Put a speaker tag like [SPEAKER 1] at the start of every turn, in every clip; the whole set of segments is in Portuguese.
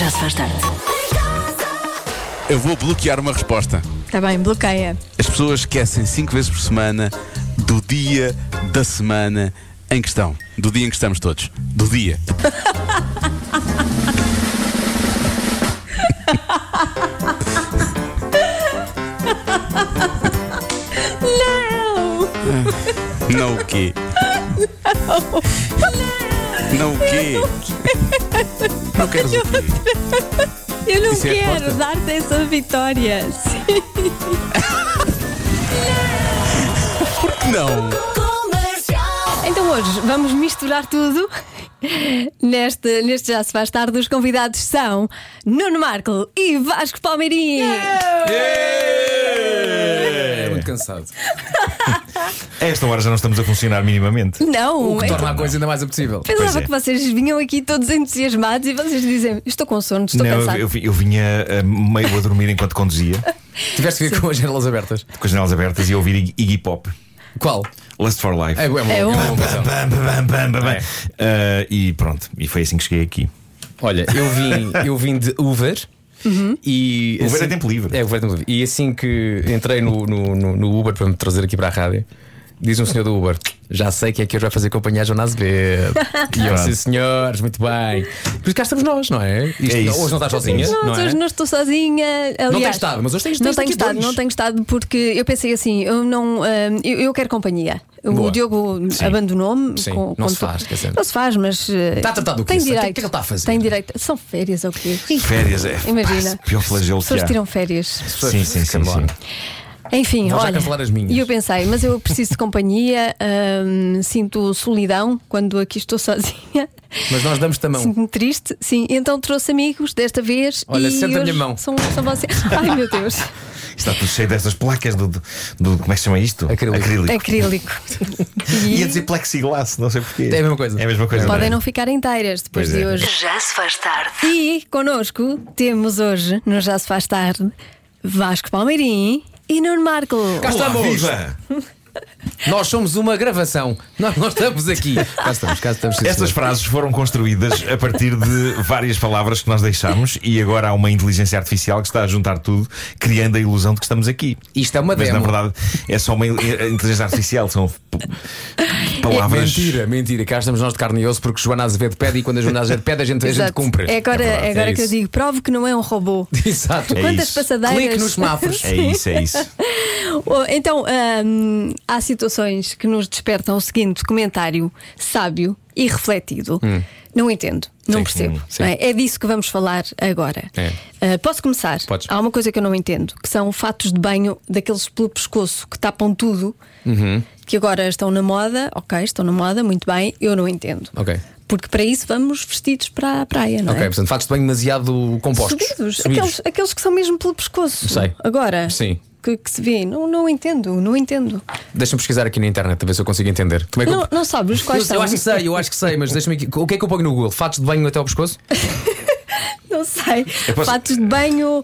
[SPEAKER 1] Já se faz tarde.
[SPEAKER 2] Eu vou bloquear uma resposta.
[SPEAKER 1] Está Tá bem, bloqueia.
[SPEAKER 2] As pessoas esquecem cinco vezes por semana do dia da semana em questão. Do dia em que estamos todos. Do dia.
[SPEAKER 1] Não!
[SPEAKER 2] Não o quê? Não o quê? Não queres o quê?
[SPEAKER 1] Eu não
[SPEAKER 2] Isso é a
[SPEAKER 1] quero
[SPEAKER 2] resposta?
[SPEAKER 1] dar-te essa vitória. Sim.
[SPEAKER 2] Não.
[SPEAKER 1] Então hoje vamos misturar tudo. Neste, neste Já Se Faz Tarde, os convidados são Nuno Marco e Vasco Palmeirim.
[SPEAKER 3] É muito cansado.
[SPEAKER 4] A esta hora já não estamos a funcionar minimamente.
[SPEAKER 1] Não, eu
[SPEAKER 3] Torna a coisa ainda mais apetecível.
[SPEAKER 4] Pois
[SPEAKER 1] pensava
[SPEAKER 4] é.
[SPEAKER 1] que vocês vinham aqui todos entusiasmados e vocês dizem: Estou com sono, estou
[SPEAKER 4] não,
[SPEAKER 1] cansado.
[SPEAKER 4] eu, vi- eu vinha eh, meio a dormir enquanto conduzia,
[SPEAKER 3] Tiveste que vir com as janelas abertas.
[SPEAKER 4] com as janelas abertas e a ouvir Iggy- Iggy Pop.
[SPEAKER 3] Qual?
[SPEAKER 4] Lust for Life.
[SPEAKER 3] É, é, uma,
[SPEAKER 1] É
[SPEAKER 3] é uma
[SPEAKER 1] um.
[SPEAKER 3] boa canção. É.
[SPEAKER 4] Bam, bam, bam, bam, bam. Eh, e pronto, e foi assim que cheguei aqui.
[SPEAKER 3] Olha, eu vim, eu vim de Uber.
[SPEAKER 1] Uhum.
[SPEAKER 3] E
[SPEAKER 4] Uber é tempo livre.
[SPEAKER 3] É, Uber é tempo livre. E assim que entrei no, no, no- no Uber para me trazer aqui para a rádio, diz um senhor do Uber: Já sei que é que hoje vai fazer companhia a Joana Azevedo. E eu,
[SPEAKER 4] Pronto.
[SPEAKER 3] sim, senhores, muito bem. Por isso cá estamos nós, não é? Isto-
[SPEAKER 4] É isso.
[SPEAKER 3] Hoje não estás sozinha.
[SPEAKER 4] É
[SPEAKER 1] Não,
[SPEAKER 3] não é?
[SPEAKER 1] hoje não estou sozinha. Aliás,
[SPEAKER 3] tens estado, mas hoje tens-
[SPEAKER 1] Não
[SPEAKER 3] tens
[SPEAKER 1] tenho
[SPEAKER 3] aqui
[SPEAKER 1] estado,
[SPEAKER 3] dois.
[SPEAKER 1] não tenho estado porque eu pensei assim, eu não, hum, eu, eu quero companhia. O
[SPEAKER 3] Boa.
[SPEAKER 1] Diogo abandonou-me.
[SPEAKER 3] Sim,
[SPEAKER 1] com-
[SPEAKER 3] não
[SPEAKER 1] com
[SPEAKER 3] se
[SPEAKER 1] tudo.
[SPEAKER 3] faz, quer dizer.
[SPEAKER 1] Não se faz, mas eh,
[SPEAKER 3] Está a tratar do quê?
[SPEAKER 1] tem
[SPEAKER 3] O que é
[SPEAKER 1] direito.
[SPEAKER 3] que ele está a fazer?
[SPEAKER 1] Tem direito. São férias ou quê?
[SPEAKER 4] Férias, é.
[SPEAKER 1] Imagina.
[SPEAKER 4] Pá, pior flagelo
[SPEAKER 1] As pessoas
[SPEAKER 4] que há.
[SPEAKER 1] tiram férias.
[SPEAKER 4] Sim, sim, sim, sim.
[SPEAKER 1] Enfim,
[SPEAKER 3] Vou já
[SPEAKER 1] olha.
[SPEAKER 3] cancelar as minhas.
[SPEAKER 1] E eu pensei, mas eu preciso de companhia, hum, sinto solidão quando aqui estou sozinha.
[SPEAKER 3] Mas nós damos-te a mão.
[SPEAKER 1] Sinto-me triste, sim. Então trouxe amigos desta vez.
[SPEAKER 3] Olha,
[SPEAKER 1] e
[SPEAKER 3] senta a minha
[SPEAKER 1] hoje
[SPEAKER 3] mão.
[SPEAKER 1] São, são vocês. Ai meu Deus.
[SPEAKER 4] Está tudo cheio destas placas do, do, do- Como é que se chama isto?
[SPEAKER 3] Acrílico.
[SPEAKER 1] É Acrílico.
[SPEAKER 4] Ia dizer plexiglass, não sei porquê.
[SPEAKER 3] É a mesma coisa.
[SPEAKER 4] É a mesma coisa.
[SPEAKER 1] Podem
[SPEAKER 4] não é?
[SPEAKER 1] não ficar inteiras depois
[SPEAKER 4] Pois
[SPEAKER 1] de
[SPEAKER 4] é.
[SPEAKER 1] hoje.
[SPEAKER 5] Já se faz tarde.
[SPEAKER 1] E connosco temos hoje, no Já Se Faz Tarde, Vasco Palmeirim e Nuno Marco.
[SPEAKER 3] Cá estamos!
[SPEAKER 4] Olá, viva!
[SPEAKER 3] Nós somos uma gravação. Nós, nós estamos aqui. Cá estamos, cá estamos. sim,
[SPEAKER 4] Estas
[SPEAKER 3] senhor.
[SPEAKER 4] frases foram construídas a partir de várias palavras que nós deixámos e agora há uma inteligência artificial que está a juntar tudo, criando a ilusão de que estamos aqui.
[SPEAKER 3] Isto é uma
[SPEAKER 4] Mas
[SPEAKER 3] demo.
[SPEAKER 4] na verdade é só uma il- a inteligência artificial, são p- palavras.
[SPEAKER 3] Mentira, mentira. Cá estamos nós de carne e osso porque Joana Azevedo pede e quando a Joana Azevedo pede a gente, a gente
[SPEAKER 1] Exato.
[SPEAKER 3] cumpre.
[SPEAKER 1] É agora,
[SPEAKER 4] É verdade,
[SPEAKER 1] é agora
[SPEAKER 3] é
[SPEAKER 1] que eu
[SPEAKER 3] isso.
[SPEAKER 1] digo: prove que não é um robô.
[SPEAKER 3] Exato.
[SPEAKER 4] É
[SPEAKER 1] Quantas
[SPEAKER 4] isso.
[SPEAKER 1] passadeiras.
[SPEAKER 3] Clique nos semáforos.
[SPEAKER 4] É isso, é isso.
[SPEAKER 1] Oh, Então, hum, há situações que nos despertam o seguinte comentário sábio e refletido. Não entendo, não
[SPEAKER 3] Hum. Sim,
[SPEAKER 1] percebo.
[SPEAKER 3] hum, sim.
[SPEAKER 1] não é? É disso que vamos falar agora.
[SPEAKER 3] É.
[SPEAKER 1] Ah, posso começar?
[SPEAKER 3] Podes.
[SPEAKER 1] Há uma coisa que eu não entendo, que são fatos de banho daqueles pelo pescoço que tapam tudo,
[SPEAKER 3] Uhum.
[SPEAKER 1] que agora estão na moda, ok, estão na moda, muito bem, eu não entendo.
[SPEAKER 3] Ok.
[SPEAKER 1] Porque para isso vamos vestidos para a praia, não
[SPEAKER 3] Ok,
[SPEAKER 1] é?
[SPEAKER 3] portanto, factos de banho demasiado compostos.
[SPEAKER 1] Subidos, Aqueles, aqueles que são mesmo pelo pescoço.
[SPEAKER 3] Sei.
[SPEAKER 1] Agora.
[SPEAKER 3] Sim.
[SPEAKER 1] Que, que se vê, não, não entendo, não entendo.
[SPEAKER 3] Deixa-me pesquisar aqui na internet a ver se eu consigo entender. Como é que eu-
[SPEAKER 1] Não, não sabes
[SPEAKER 3] Eu-
[SPEAKER 1] quais
[SPEAKER 3] eu,
[SPEAKER 1] são?
[SPEAKER 3] acho que sei, eu acho que sei, mas deixa-me aqui. O que é que eu ponho no Google? Fatos de banho até ao pescoço?
[SPEAKER 1] Não sei.
[SPEAKER 4] Eu posso-
[SPEAKER 1] Fatos de banho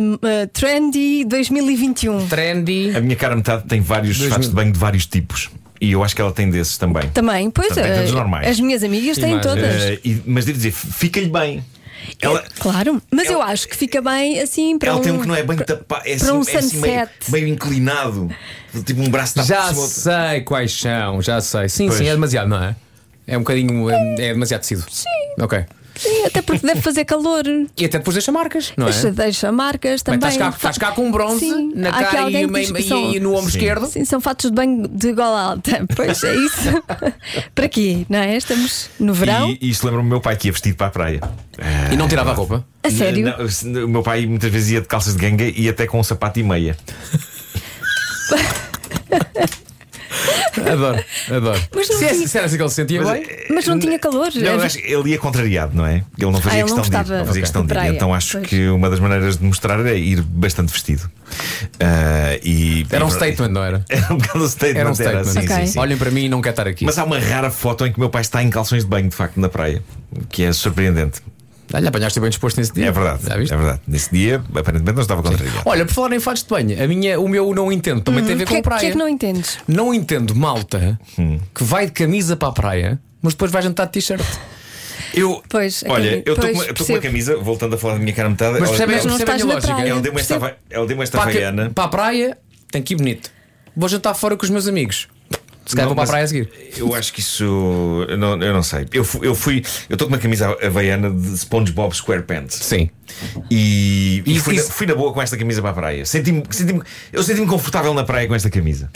[SPEAKER 1] hum, uh, trendy 2021.
[SPEAKER 3] Tá. Trendy.
[SPEAKER 4] A minha cara metade tem vários
[SPEAKER 3] Dois
[SPEAKER 4] fatos
[SPEAKER 3] mil.
[SPEAKER 4] de banho de vários tipos e eu acho que ela tem desses também.
[SPEAKER 1] Também, pois
[SPEAKER 4] Portanto, tem todos
[SPEAKER 1] uh,
[SPEAKER 4] normais.
[SPEAKER 1] as minhas amigas têm
[SPEAKER 3] Imagens.
[SPEAKER 1] todas. É,
[SPEAKER 4] Eh, e- mas devo dizer, fica-lhe bem.
[SPEAKER 3] É
[SPEAKER 4] Ela,
[SPEAKER 1] claro, mas eu acho que fica bem assim para
[SPEAKER 4] ela
[SPEAKER 1] um.
[SPEAKER 4] tem um que não é bem tapado, é, assim,
[SPEAKER 1] para um
[SPEAKER 4] é assim meio,
[SPEAKER 1] sunset.
[SPEAKER 4] meio inclinado, tipo um braço tapado
[SPEAKER 3] Já
[SPEAKER 4] sobre o outro.
[SPEAKER 3] sei quais são, já sei. Sim,
[SPEAKER 4] Pois.
[SPEAKER 3] sim, é demasiado, não é? É um bocadinho. É, é demasiado tecido. Sim. Ok.
[SPEAKER 1] Sim, até porque deve fazer calor.
[SPEAKER 3] E até depois deixa marcas, não é?
[SPEAKER 1] Deixa, deixa marcas
[SPEAKER 3] Bem,
[SPEAKER 1] também.
[SPEAKER 3] estás, cá, estás cá com um bronze
[SPEAKER 1] Sim,
[SPEAKER 3] na
[SPEAKER 1] há aqui
[SPEAKER 3] cara e,
[SPEAKER 1] alguém que
[SPEAKER 3] meio-
[SPEAKER 1] diz que
[SPEAKER 3] e-
[SPEAKER 1] são-
[SPEAKER 3] e no ombro
[SPEAKER 4] Sim.
[SPEAKER 3] esquerdo.
[SPEAKER 1] Sim, são fatos de banho de gola alta. Pois é isso. para quê? Não é? Estamos no verão.
[SPEAKER 4] E, e isto lembra-me o meu pai que ia vestido para a praia.
[SPEAKER 3] E não tirava a roupa.
[SPEAKER 1] A sério?
[SPEAKER 4] Não, se- O meu pai muitas vezes ia de calças de ganga e até com um sapato e meia.
[SPEAKER 3] Adoro, adoro.
[SPEAKER 1] Mas não
[SPEAKER 3] se, é,
[SPEAKER 1] tinha-
[SPEAKER 3] se era assim que ele se sentia
[SPEAKER 4] Mas- é-
[SPEAKER 3] bem.
[SPEAKER 1] Mas não tinha calor.
[SPEAKER 4] Eh, Não, eu acho que ele ia contrariado, não é? Ele não fazia
[SPEAKER 1] Ah, ele não
[SPEAKER 4] questão de
[SPEAKER 1] gostava
[SPEAKER 4] ir. Não fazia
[SPEAKER 1] de
[SPEAKER 4] questão de ir.
[SPEAKER 1] praia,
[SPEAKER 4] Então acho
[SPEAKER 1] pois.
[SPEAKER 4] que uma das maneiras de mostrar era ir bastante vestido. Ah, e,
[SPEAKER 3] Era um
[SPEAKER 4] e-
[SPEAKER 3] statement, não era?
[SPEAKER 4] Era um bocado um statement.
[SPEAKER 3] Era um statement.
[SPEAKER 4] sim,
[SPEAKER 1] Ok.
[SPEAKER 4] sim, sim.
[SPEAKER 3] Olhem para mim e não quer estar aqui.
[SPEAKER 4] Mas há uma rara foto em que o meu pai está em calções de banho, de facto, na praia. Que é surpreendente.
[SPEAKER 3] Olha, apanhaste bem disposto nesse dia.
[SPEAKER 4] É verdade.
[SPEAKER 3] Hum. Já
[SPEAKER 4] É
[SPEAKER 3] viste?
[SPEAKER 4] verdade. Nesse dia, aparentemente, não estava contrariado.
[SPEAKER 3] Olha, por falar em fatos de banho, a minha, o meu não entendo também tem a ver
[SPEAKER 1] O que,
[SPEAKER 3] com
[SPEAKER 1] é-
[SPEAKER 3] a praia.
[SPEAKER 1] que é que não entendes?
[SPEAKER 3] Não
[SPEAKER 4] Hum.
[SPEAKER 3] entendo malta que vai de camisa para a praia, mas depois vai jantar de t-shirt.
[SPEAKER 4] Eu,
[SPEAKER 1] Pois,
[SPEAKER 4] olha,
[SPEAKER 1] acredito.
[SPEAKER 4] eu estou
[SPEAKER 1] Pois,
[SPEAKER 4] com, uma- eu tô com uma
[SPEAKER 1] percebo.
[SPEAKER 4] camisa, voltando a falar da minha cara metade.
[SPEAKER 3] Mas
[SPEAKER 4] ela
[SPEAKER 3] percebe-
[SPEAKER 4] deu-
[SPEAKER 1] Mas não é.
[SPEAKER 3] percebem
[SPEAKER 1] estás
[SPEAKER 3] a
[SPEAKER 1] na
[SPEAKER 3] lógica?
[SPEAKER 1] praia.
[SPEAKER 4] ela deu uma
[SPEAKER 1] percebo.
[SPEAKER 4] estafa- ela deu uma
[SPEAKER 3] Para, a ca-
[SPEAKER 4] estafaiana.
[SPEAKER 3] para a praia, tenho que ir bonito. Vou jantar fora com os meus amigos. Se calhar
[SPEAKER 4] Não,
[SPEAKER 3] vou para a
[SPEAKER 4] mas
[SPEAKER 3] praia a seguir.
[SPEAKER 4] Eu acho que isso. eu Não, eu não sei. Eu fui. Eu fui- eu estou com uma camisa havaiana de SpongeBob SquarePants.
[SPEAKER 3] Sim.
[SPEAKER 4] E, e
[SPEAKER 3] E
[SPEAKER 4] fui, na,
[SPEAKER 3] isso-
[SPEAKER 4] fui na boa com esta camisa para a praia. Senti-me, senti-me- eu senti-me confortável na praia com esta camisa.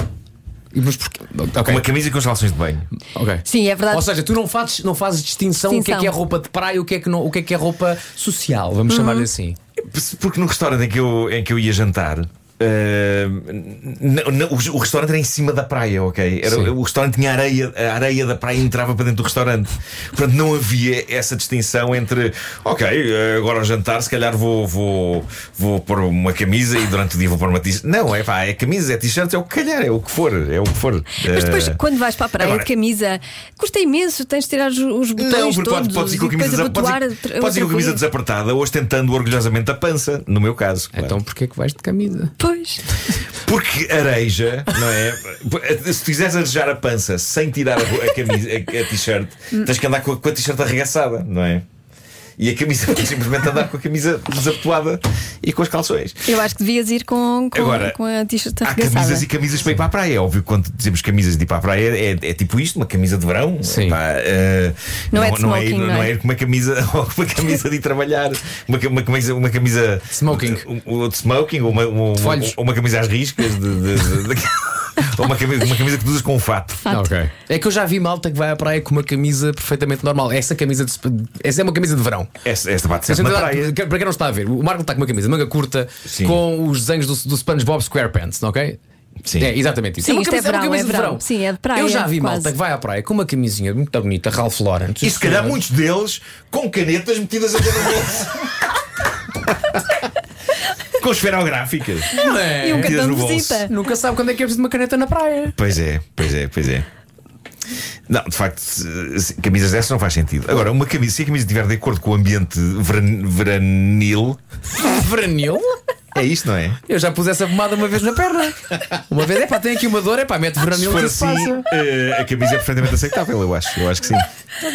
[SPEAKER 3] Mas porquê?
[SPEAKER 4] Com
[SPEAKER 3] Ok.
[SPEAKER 4] uma camisa e com as calções de banho.
[SPEAKER 3] ok.
[SPEAKER 1] Sim, é verdade.
[SPEAKER 3] Ou seja, tu não fazes, não fazes distinção, o que é
[SPEAKER 1] Distinção. Uhum.
[SPEAKER 3] que é roupa de praia, o que é que, não, o que, é, que é roupa social, vamos chamar-lhe assim.
[SPEAKER 4] Porque no restaurante em que eu, em que eu ia jantar. eh, n- n- o, o restaurante era em cima da praia, ok? Era,
[SPEAKER 3] Sim.
[SPEAKER 4] o restaurante tinha areia, a areia da praia entrava para dentro do restaurante. Portanto, não havia essa distinção entre, ok, eh, agora ao jantar, se calhar vou, vou, vou pôr uma camisa e durante o dia vou pôr uma t-shirt. Não, é pá, é camisa, é t-shirt, é o que calhar, é o que for, é o que for.
[SPEAKER 1] Mas depois,
[SPEAKER 4] Eh,
[SPEAKER 1] quando vais para a praia
[SPEAKER 4] agora-
[SPEAKER 1] de camisa, custa imenso, tens de tirar os, os botões
[SPEAKER 4] Eh, Não, porque pode,
[SPEAKER 1] todos
[SPEAKER 4] pode ser
[SPEAKER 1] e
[SPEAKER 4] com a camisa,
[SPEAKER 1] depois
[SPEAKER 4] desa- pode
[SPEAKER 1] abotoar
[SPEAKER 4] ser-
[SPEAKER 1] outra-
[SPEAKER 4] pode ser com a
[SPEAKER 1] outra
[SPEAKER 4] camisa
[SPEAKER 1] coisa.
[SPEAKER 4] desapertada, ostentando orgulhosamente a pança, no meu caso. claro.
[SPEAKER 3] Então porquê é que vais de camisa?
[SPEAKER 1] Pois,
[SPEAKER 4] Porque areja, não é? Se quiseres arejar a pança sem tirar a, ro- a camisa, a, a t-shirt, tens que andar com a, com a t-shirt arregaçada, não é? E a camisa, tens simplesmente andar com a camisa desabotoada e com as calções.
[SPEAKER 1] eu acho que devias ir com, com,
[SPEAKER 4] Agora,
[SPEAKER 1] com a t-shirt
[SPEAKER 4] Há
[SPEAKER 1] arregaçada.
[SPEAKER 4] camisas e camisas para ir para a praia. É óbvio que quando dizemos camisas de ir para a praia é, é tipo isto, uma camisa de verão.
[SPEAKER 3] Sim.
[SPEAKER 4] Pá, eh,
[SPEAKER 1] Não é de
[SPEAKER 4] não, ir-
[SPEAKER 1] smoking,
[SPEAKER 4] não,
[SPEAKER 1] não é?
[SPEAKER 4] é ir com uma camisa ou com uma camisa de ir trabalhar, uma, ca- uma camisa, uma camisa
[SPEAKER 3] Smoking.
[SPEAKER 4] ou de smoking, ou uma, um-
[SPEAKER 3] folhos.
[SPEAKER 4] ou uma camisa às riscas, de, de- de- de- ou uma camisa, uma camisa que tu usas com um fato.
[SPEAKER 1] Fato.
[SPEAKER 3] Ok. É que eu já vi malta que vai à praia com uma camisa perfeitamente normal. Essa camisa de, essa é uma camisa de verão.
[SPEAKER 4] Esta, esta bate
[SPEAKER 3] Mas,
[SPEAKER 4] sempre na
[SPEAKER 3] na verdade,
[SPEAKER 4] praia.
[SPEAKER 3] que- Para quem não está a ver, o Marco está com uma camisa de manga curta
[SPEAKER 4] Sim.
[SPEAKER 3] com os desenhos do, do SpongeBob SquarePants, ok?
[SPEAKER 4] Sim.
[SPEAKER 3] É, exatamente isso.
[SPEAKER 1] Sim,
[SPEAKER 3] é uma
[SPEAKER 1] isto é
[SPEAKER 3] camisa,
[SPEAKER 1] verão,
[SPEAKER 3] uma camisa
[SPEAKER 1] é
[SPEAKER 3] de
[SPEAKER 1] verão.
[SPEAKER 3] verão.
[SPEAKER 1] Sim, é de praia,
[SPEAKER 3] Eu já vi
[SPEAKER 1] quase.
[SPEAKER 3] malta que vai à praia com uma camisinha muito bonita, Ralph Lauren.
[SPEAKER 4] E se calhar muitos deles com canetas metidas até no bolso. com esferográficas.
[SPEAKER 3] Não é?
[SPEAKER 1] E um
[SPEAKER 4] Metidas
[SPEAKER 1] cartão
[SPEAKER 4] no
[SPEAKER 1] de
[SPEAKER 4] bolso.
[SPEAKER 1] visita.
[SPEAKER 3] Nunca sabe quando é que é preciso de uma caneta na praia.
[SPEAKER 4] Pois é, pois é, pois é. Não, de facto, se- se- camisas dessas não faz sentido. Agora, uma camisa, se a camisa estiver de acordo com o ambiente veran- veranil,
[SPEAKER 3] Veranil?
[SPEAKER 4] é isto, não é?
[SPEAKER 3] Eu já pus essa pomada uma vez na perna. Uma vez, é pá, tem aqui uma dor, é pá, mete
[SPEAKER 4] Se
[SPEAKER 3] veranil
[SPEAKER 4] for
[SPEAKER 3] que se
[SPEAKER 4] assim,
[SPEAKER 3] passa.
[SPEAKER 4] eh, a camisa é perfeitamente aceitável, eu acho. Eu acho que sim.
[SPEAKER 3] Tá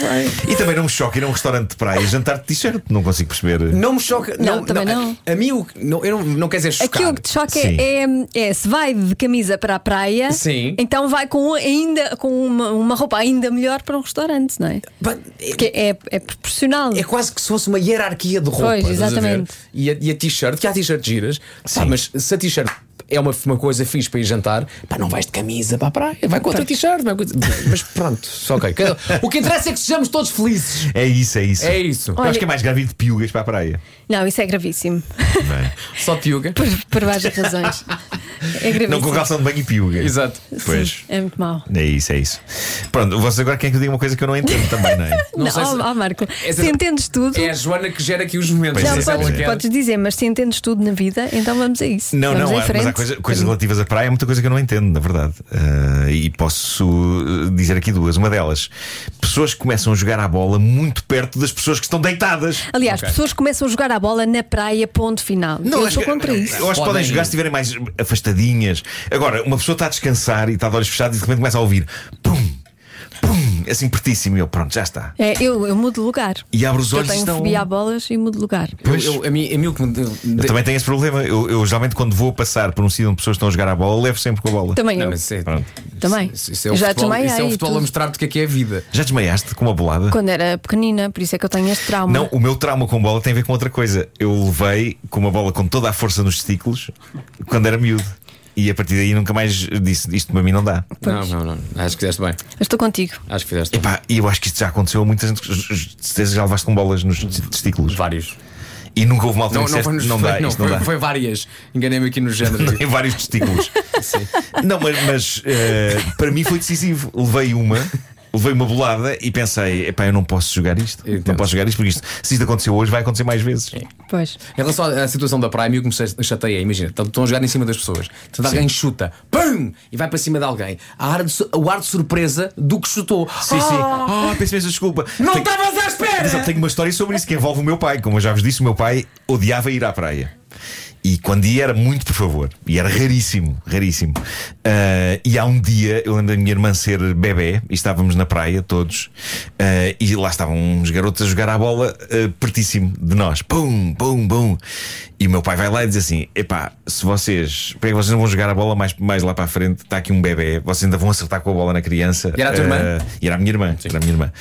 [SPEAKER 4] E também não me choca ir a um restaurante de praia e jantar de t-shirt, não consigo perceber.
[SPEAKER 3] Não me choca.
[SPEAKER 1] Não, também
[SPEAKER 3] a-
[SPEAKER 1] não.
[SPEAKER 3] A, mim, o, que- não, eu não, não quer dizer chocar.
[SPEAKER 1] Aquilo que te choca
[SPEAKER 4] Sim.
[SPEAKER 1] é, é se vai de camisa para a praia,
[SPEAKER 3] Sim.
[SPEAKER 1] então vai com, ainda, com uma, uma roupa ainda melhor para um restaurante, não é?
[SPEAKER 3] Pá, é-
[SPEAKER 1] Porque é, é proporcional.
[SPEAKER 3] É quase que se fosse uma hierarquia de roupas.
[SPEAKER 1] Pois,
[SPEAKER 3] estás a ver?
[SPEAKER 1] exatamente.
[SPEAKER 3] E a, e a t-shirt, que há t-shirts giras, pá, mas se a t-shirt é uma, uma coisa fixe para ir jantar, pá, não vais de camisa para a praia, vai com outra t-shirt, vai com outra- mas pronto, só ok. Cada- O que interessa é que sejamos todos felizes.
[SPEAKER 4] É isso, é isso.
[SPEAKER 3] É isso.
[SPEAKER 4] Eu acho que é mais grave ir de piugas para a praia.
[SPEAKER 1] Não, isso é gravíssimo.
[SPEAKER 4] Não, é?
[SPEAKER 3] Só piuga.
[SPEAKER 1] por, por várias razões. É gravíssimo.
[SPEAKER 4] Não com calção de banho e piuga.
[SPEAKER 3] Exato.
[SPEAKER 4] Pois.
[SPEAKER 1] É muito mau.
[SPEAKER 4] É isso, é isso. Pronto, vocês agora querem que eu diga uma coisa que eu não entendo também, não é?
[SPEAKER 1] Não,
[SPEAKER 3] sei
[SPEAKER 1] ó,
[SPEAKER 3] se-
[SPEAKER 1] ó, Marco,
[SPEAKER 3] É
[SPEAKER 1] se entendes tudo.
[SPEAKER 3] É a Joana que gera aqui os momentos.
[SPEAKER 4] Pois
[SPEAKER 1] Não,
[SPEAKER 4] é,
[SPEAKER 3] sei se
[SPEAKER 4] pois
[SPEAKER 1] podes,
[SPEAKER 3] ela quer.
[SPEAKER 1] podes dizer, mas se entendes tudo na vida, então vamos a isso.
[SPEAKER 4] Não,
[SPEAKER 1] vamos
[SPEAKER 4] não,
[SPEAKER 1] em
[SPEAKER 4] há-
[SPEAKER 1] frente. Uhum.
[SPEAKER 4] mas há coisa- coisas relativas à praia, há muita coisa que eu não entendo, na verdade. Ah, e posso ah, dizer aqui duas. Uma delas, pessoas que começam a jogar à bola muito perto das pessoas que estão deitadas.
[SPEAKER 1] Aliás,
[SPEAKER 3] Ok.
[SPEAKER 1] pessoas começam a jogar a bola na praia, ponto final. eu
[SPEAKER 4] acho
[SPEAKER 1] sou
[SPEAKER 4] que-
[SPEAKER 1] contra isso.
[SPEAKER 4] é, Eu acho que podem
[SPEAKER 3] Podem-
[SPEAKER 4] jogar se estiverem mais afastadinhas. Agora, uma pessoa está a descansar e está de olhos fechados e de repente começa a ouvir pum, pum, assim pertíssimo. E eu, pronto, já está.
[SPEAKER 1] É, eu, eu mudo de lugar.
[SPEAKER 4] E abre os
[SPEAKER 1] eu
[SPEAKER 4] olhos e
[SPEAKER 1] tenho
[SPEAKER 4] estão.
[SPEAKER 1] fobia a bolas e mudo de lugar.
[SPEAKER 3] Eu- eu- a, mim, a mim o que me. de-
[SPEAKER 4] Eu também tenho esse problema. Eu, eu geralmente, quando vou passar por um sítio onde pessoas estão a jogar à bola, levo sempre com a bola.
[SPEAKER 1] Também
[SPEAKER 3] Não,
[SPEAKER 1] eu.
[SPEAKER 3] mas isso é-
[SPEAKER 4] Pronto.
[SPEAKER 1] Também.
[SPEAKER 3] isso- isso é
[SPEAKER 1] Eu
[SPEAKER 3] o
[SPEAKER 1] já
[SPEAKER 3] futebol,
[SPEAKER 1] desmaiei
[SPEAKER 3] isso é o
[SPEAKER 1] e
[SPEAKER 3] futebol
[SPEAKER 1] tudo.
[SPEAKER 3] a mostrar-te o que é que é a vida.
[SPEAKER 4] Já desmaiaste com uma bolada?
[SPEAKER 1] Quando era pequenina, por isso é que eu tenho este trauma.
[SPEAKER 4] Não, o meu trauma com bola tem a ver com outra coisa. Eu levei com uma bola com toda a força nos testículos quando era miúdo. E a partir daí nunca mais disse isto para mim não dá.
[SPEAKER 3] Não, não, não. Acho que fizeste bem.
[SPEAKER 1] Eu estou contigo.
[SPEAKER 3] Acho que fizeste bem.
[SPEAKER 4] Epá, e eu acho que isto já aconteceu a muita gente. De certeza já levaste com bolas nos testículos.
[SPEAKER 3] Vários.
[SPEAKER 4] E nunca houve uma altura
[SPEAKER 3] Não,
[SPEAKER 4] que
[SPEAKER 3] não foi
[SPEAKER 4] disseste,
[SPEAKER 3] nos
[SPEAKER 4] não,
[SPEAKER 3] foi,
[SPEAKER 4] dá,
[SPEAKER 3] não,
[SPEAKER 4] isto não
[SPEAKER 3] foi-
[SPEAKER 4] dá.
[SPEAKER 3] foi várias. Enganei-me aqui no género.
[SPEAKER 4] Em vários testículos. Não, mas, mas, eh, para mim foi decisivo. Levei uma. Levei uma bolada e pensei, epá, eu não posso jogar isto. Não
[SPEAKER 3] Entendo.
[SPEAKER 4] posso jogar isto porque isto, se isto aconteceu hoje, vai acontecer mais vezes.
[SPEAKER 1] Pois.
[SPEAKER 3] Em relação à à situação da praia, a mim o que me chateia, é, imagina, estão- estão a jogar em cima das pessoas, Portanto, alguém chuta, pum! E vai para cima de alguém. A ar de su- o ar de surpresa do que chutou.
[SPEAKER 4] Sim, sim.
[SPEAKER 3] Ah,
[SPEAKER 4] Ah, peço imensa desculpa.
[SPEAKER 3] Não
[SPEAKER 4] Tenho-
[SPEAKER 3] estavas à espera!
[SPEAKER 4] Mas eu tenho uma história sobre isso que envolve o meu pai. Como eu já vos disse, o meu pai odiava ir à praia. E quando ia era muito por favor. E era raríssimo, raríssimo. Ah, e há um dia, eu lembro da minha irmã ser bebê e estávamos na praia todos, ah, e lá estavam uns garotos a jogar à bola ah, pertíssimo de nós. Pum, pum, pum. E o meu pai vai lá e diz assim: epá, se vocês. Para que vocês não vão jogar a bola mais, mais lá para a frente? Está aqui um bebê, vocês ainda vão acertar com a bola na criança.
[SPEAKER 3] E era a tua
[SPEAKER 4] Ah,
[SPEAKER 3] irmã?
[SPEAKER 4] e era a minha irmã. Era a minha irmã.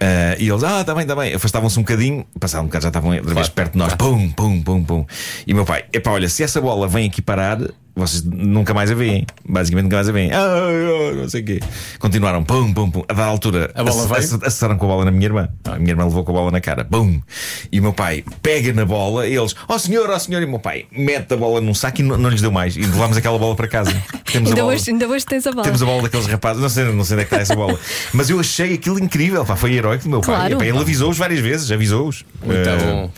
[SPEAKER 4] Ah, e eles, ah, está bem, está bem. Afastavam-se um bocadinho, passaram um bocado, já estavam outra vez perto de nós. Pum, pum, pum, pum. E o meu pai, epá, olha, se essa bola vem aqui parar, vocês nunca mais a veem. Basicamente nunca mais a veem. Ah, ah, ah, não sei o quê. Continuaram, pum, pum, pum. A dada altura,
[SPEAKER 3] A bola
[SPEAKER 4] ac-
[SPEAKER 3] veio? Ah.
[SPEAKER 4] ac- acertaram com a bola na minha irmã. A minha irmã levou com a bola na cara. Bum! E o meu pai pega na bola, e eles, ó senhor, ó senhor, e o meu pai mete a bola num saco e não, não lhes deu mais. E levámos aquela bola para casa. Temos a
[SPEAKER 1] Ainda
[SPEAKER 4] bola.
[SPEAKER 1] hoje, ainda hoje tens a bola.
[SPEAKER 4] Temos a bola daqueles rapazes, não sei, não sei onde é que está essa bola. Mas eu achei aquilo incrível, pá, foi heróico do meu pai.
[SPEAKER 1] Claro.
[SPEAKER 4] E, pá, ele avisou-os várias vezes, avisou-os.
[SPEAKER 3] Muito
[SPEAKER 4] Eh,
[SPEAKER 3] bom.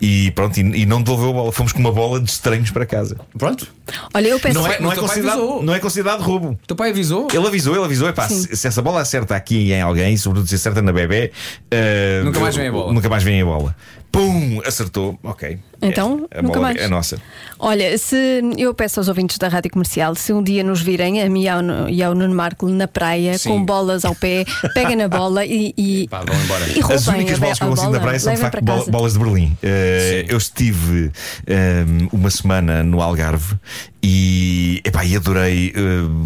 [SPEAKER 4] E pronto, e, e não devolveu a bola. Fomos com uma bola de estranhos para casa.
[SPEAKER 3] Pronto.
[SPEAKER 1] Olha, eu peço.
[SPEAKER 4] Não
[SPEAKER 3] pai-
[SPEAKER 4] é, não,
[SPEAKER 3] o
[SPEAKER 4] é
[SPEAKER 3] teu pai
[SPEAKER 4] considerado,
[SPEAKER 3] avisou.
[SPEAKER 4] não é considerado roubo.
[SPEAKER 3] Teu pai avisou?
[SPEAKER 4] Ele avisou, ele avisou, epá,
[SPEAKER 1] Sim.
[SPEAKER 4] se, se essa bola acerta aqui em alguém, sobretudo se acerta na bebê, eh,
[SPEAKER 3] Nunca mais vem a bola.
[SPEAKER 4] Nunca mais vem a bola. Pum! Acertou, ok.
[SPEAKER 1] Então,
[SPEAKER 4] É, a
[SPEAKER 1] nunca
[SPEAKER 4] bola
[SPEAKER 1] mais.
[SPEAKER 4] É nossa.
[SPEAKER 1] Olha, se eu peço aos ouvintes da Rádio Comercial, se um dia nos virem, a mim e ao, e ao Nuno Marco na praia,
[SPEAKER 3] Sim.
[SPEAKER 1] com bolas ao pé, peguem na bola e, e,
[SPEAKER 3] Pá, vão embora.
[SPEAKER 1] e roubem
[SPEAKER 4] As únicas
[SPEAKER 1] a,
[SPEAKER 4] bolas que
[SPEAKER 1] a
[SPEAKER 4] vão assim
[SPEAKER 1] bola,
[SPEAKER 4] da praia são de
[SPEAKER 1] levem para
[SPEAKER 4] facto bola-
[SPEAKER 1] casa.
[SPEAKER 4] bolas de Berlim. Eh, eu estive eh, uma semana no Algarve e, epá, e adorei. eh,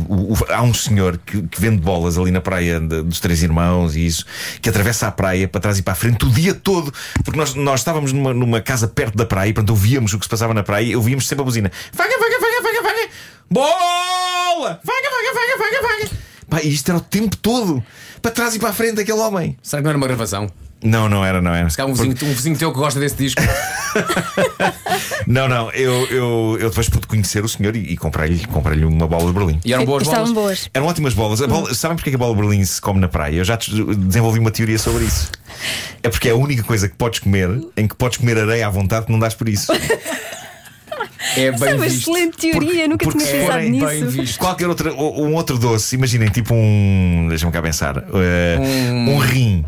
[SPEAKER 4] o- o- há um senhor que, que vende bolas ali na praia de- dos Três Irmãos e isso, que atravessa a praia para trás e para a frente o dia todo, porque nós, nós estávamos numa, numa casa perto da praia, e, portanto ouvíamos o que se passava na praia e ouvíamos sempre a buzina: vaga, vaga, vaga, vaga, vaga, bola! Vaga, vaga, vaga, vaga, vaga. Pá, e isto era o tempo todo, para trás e para a frente, aquele homem.
[SPEAKER 3] Será que não era uma gravação?
[SPEAKER 4] Não, não era, não era.
[SPEAKER 3] Se calhar um vizinho, um vizinho teu que gosta desse disco.
[SPEAKER 4] Não, não, eu, eu, eu depois pude conhecer o senhor e, e comprei-lhe comprei uma bola de Berlim.
[SPEAKER 3] E eram boas
[SPEAKER 1] Estavam
[SPEAKER 3] bolas.
[SPEAKER 1] boas.
[SPEAKER 4] Eram ótimas bolas. A bola, Sabem porque é que a bola de Berlim se come na praia? Eu já des- desenvolvi uma teoria sobre isso. É porque é a única coisa que podes comer em que podes comer areia à vontade que não dás por isso.
[SPEAKER 3] É
[SPEAKER 1] Isso é
[SPEAKER 3] bem
[SPEAKER 1] uma
[SPEAKER 3] visto.
[SPEAKER 1] excelente teoria, nunca
[SPEAKER 4] porque
[SPEAKER 1] tinha
[SPEAKER 4] se
[SPEAKER 1] pensado
[SPEAKER 4] forem
[SPEAKER 1] nisso.
[SPEAKER 3] bem vistos. Isto.
[SPEAKER 4] Qualquer outra, ou- um outro doce, imaginem, tipo um. Deixa-me cá pensar. eh, um rim.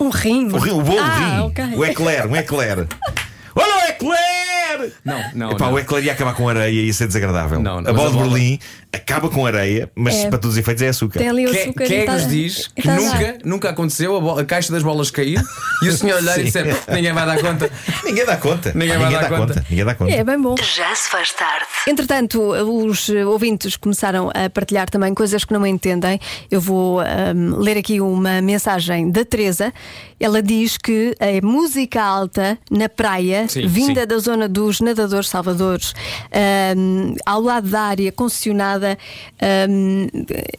[SPEAKER 1] Um rim.
[SPEAKER 4] O, rim, o bolo
[SPEAKER 1] ah,
[SPEAKER 4] rim.
[SPEAKER 1] ok.
[SPEAKER 4] O eclair, um eclair. Olha o eclair!
[SPEAKER 3] Não, não.
[SPEAKER 4] Epá,
[SPEAKER 3] não.
[SPEAKER 4] o Eclair ia acabar com areia e ia ser desagradável.
[SPEAKER 3] Não, não,
[SPEAKER 4] a
[SPEAKER 3] mas
[SPEAKER 4] bola
[SPEAKER 3] a
[SPEAKER 4] de
[SPEAKER 3] bola-
[SPEAKER 4] Berlim acaba com areia, mas
[SPEAKER 1] É.
[SPEAKER 4] para todos os efeitos é açúcar.
[SPEAKER 1] Tem ali o
[SPEAKER 3] Que,
[SPEAKER 1] açúcar e
[SPEAKER 3] quem é que
[SPEAKER 1] tá-
[SPEAKER 3] nos diz que
[SPEAKER 1] tá lá.
[SPEAKER 3] nunca, nunca aconteceu a, bo- a caixa das bolas cair e o senhor olhar e dizer ninguém vai dar conta?
[SPEAKER 4] Ninguém dá conta.
[SPEAKER 3] Ninguém vai dar conta.
[SPEAKER 4] Ninguém dá conta.
[SPEAKER 1] É bem bom.
[SPEAKER 5] Já se faz tarde.
[SPEAKER 1] Entretanto, os eh, ouvintes começaram a partilhar também coisas que não entendem. Eu vou ahm, ler aqui uma mensagem da Teresa. Ela diz que a música alta na praia,
[SPEAKER 3] Sim,
[SPEAKER 1] vinda
[SPEAKER 3] sim.
[SPEAKER 1] da zona dos nadadores salvadores, ahm, ao lado da área concessionada, ahm,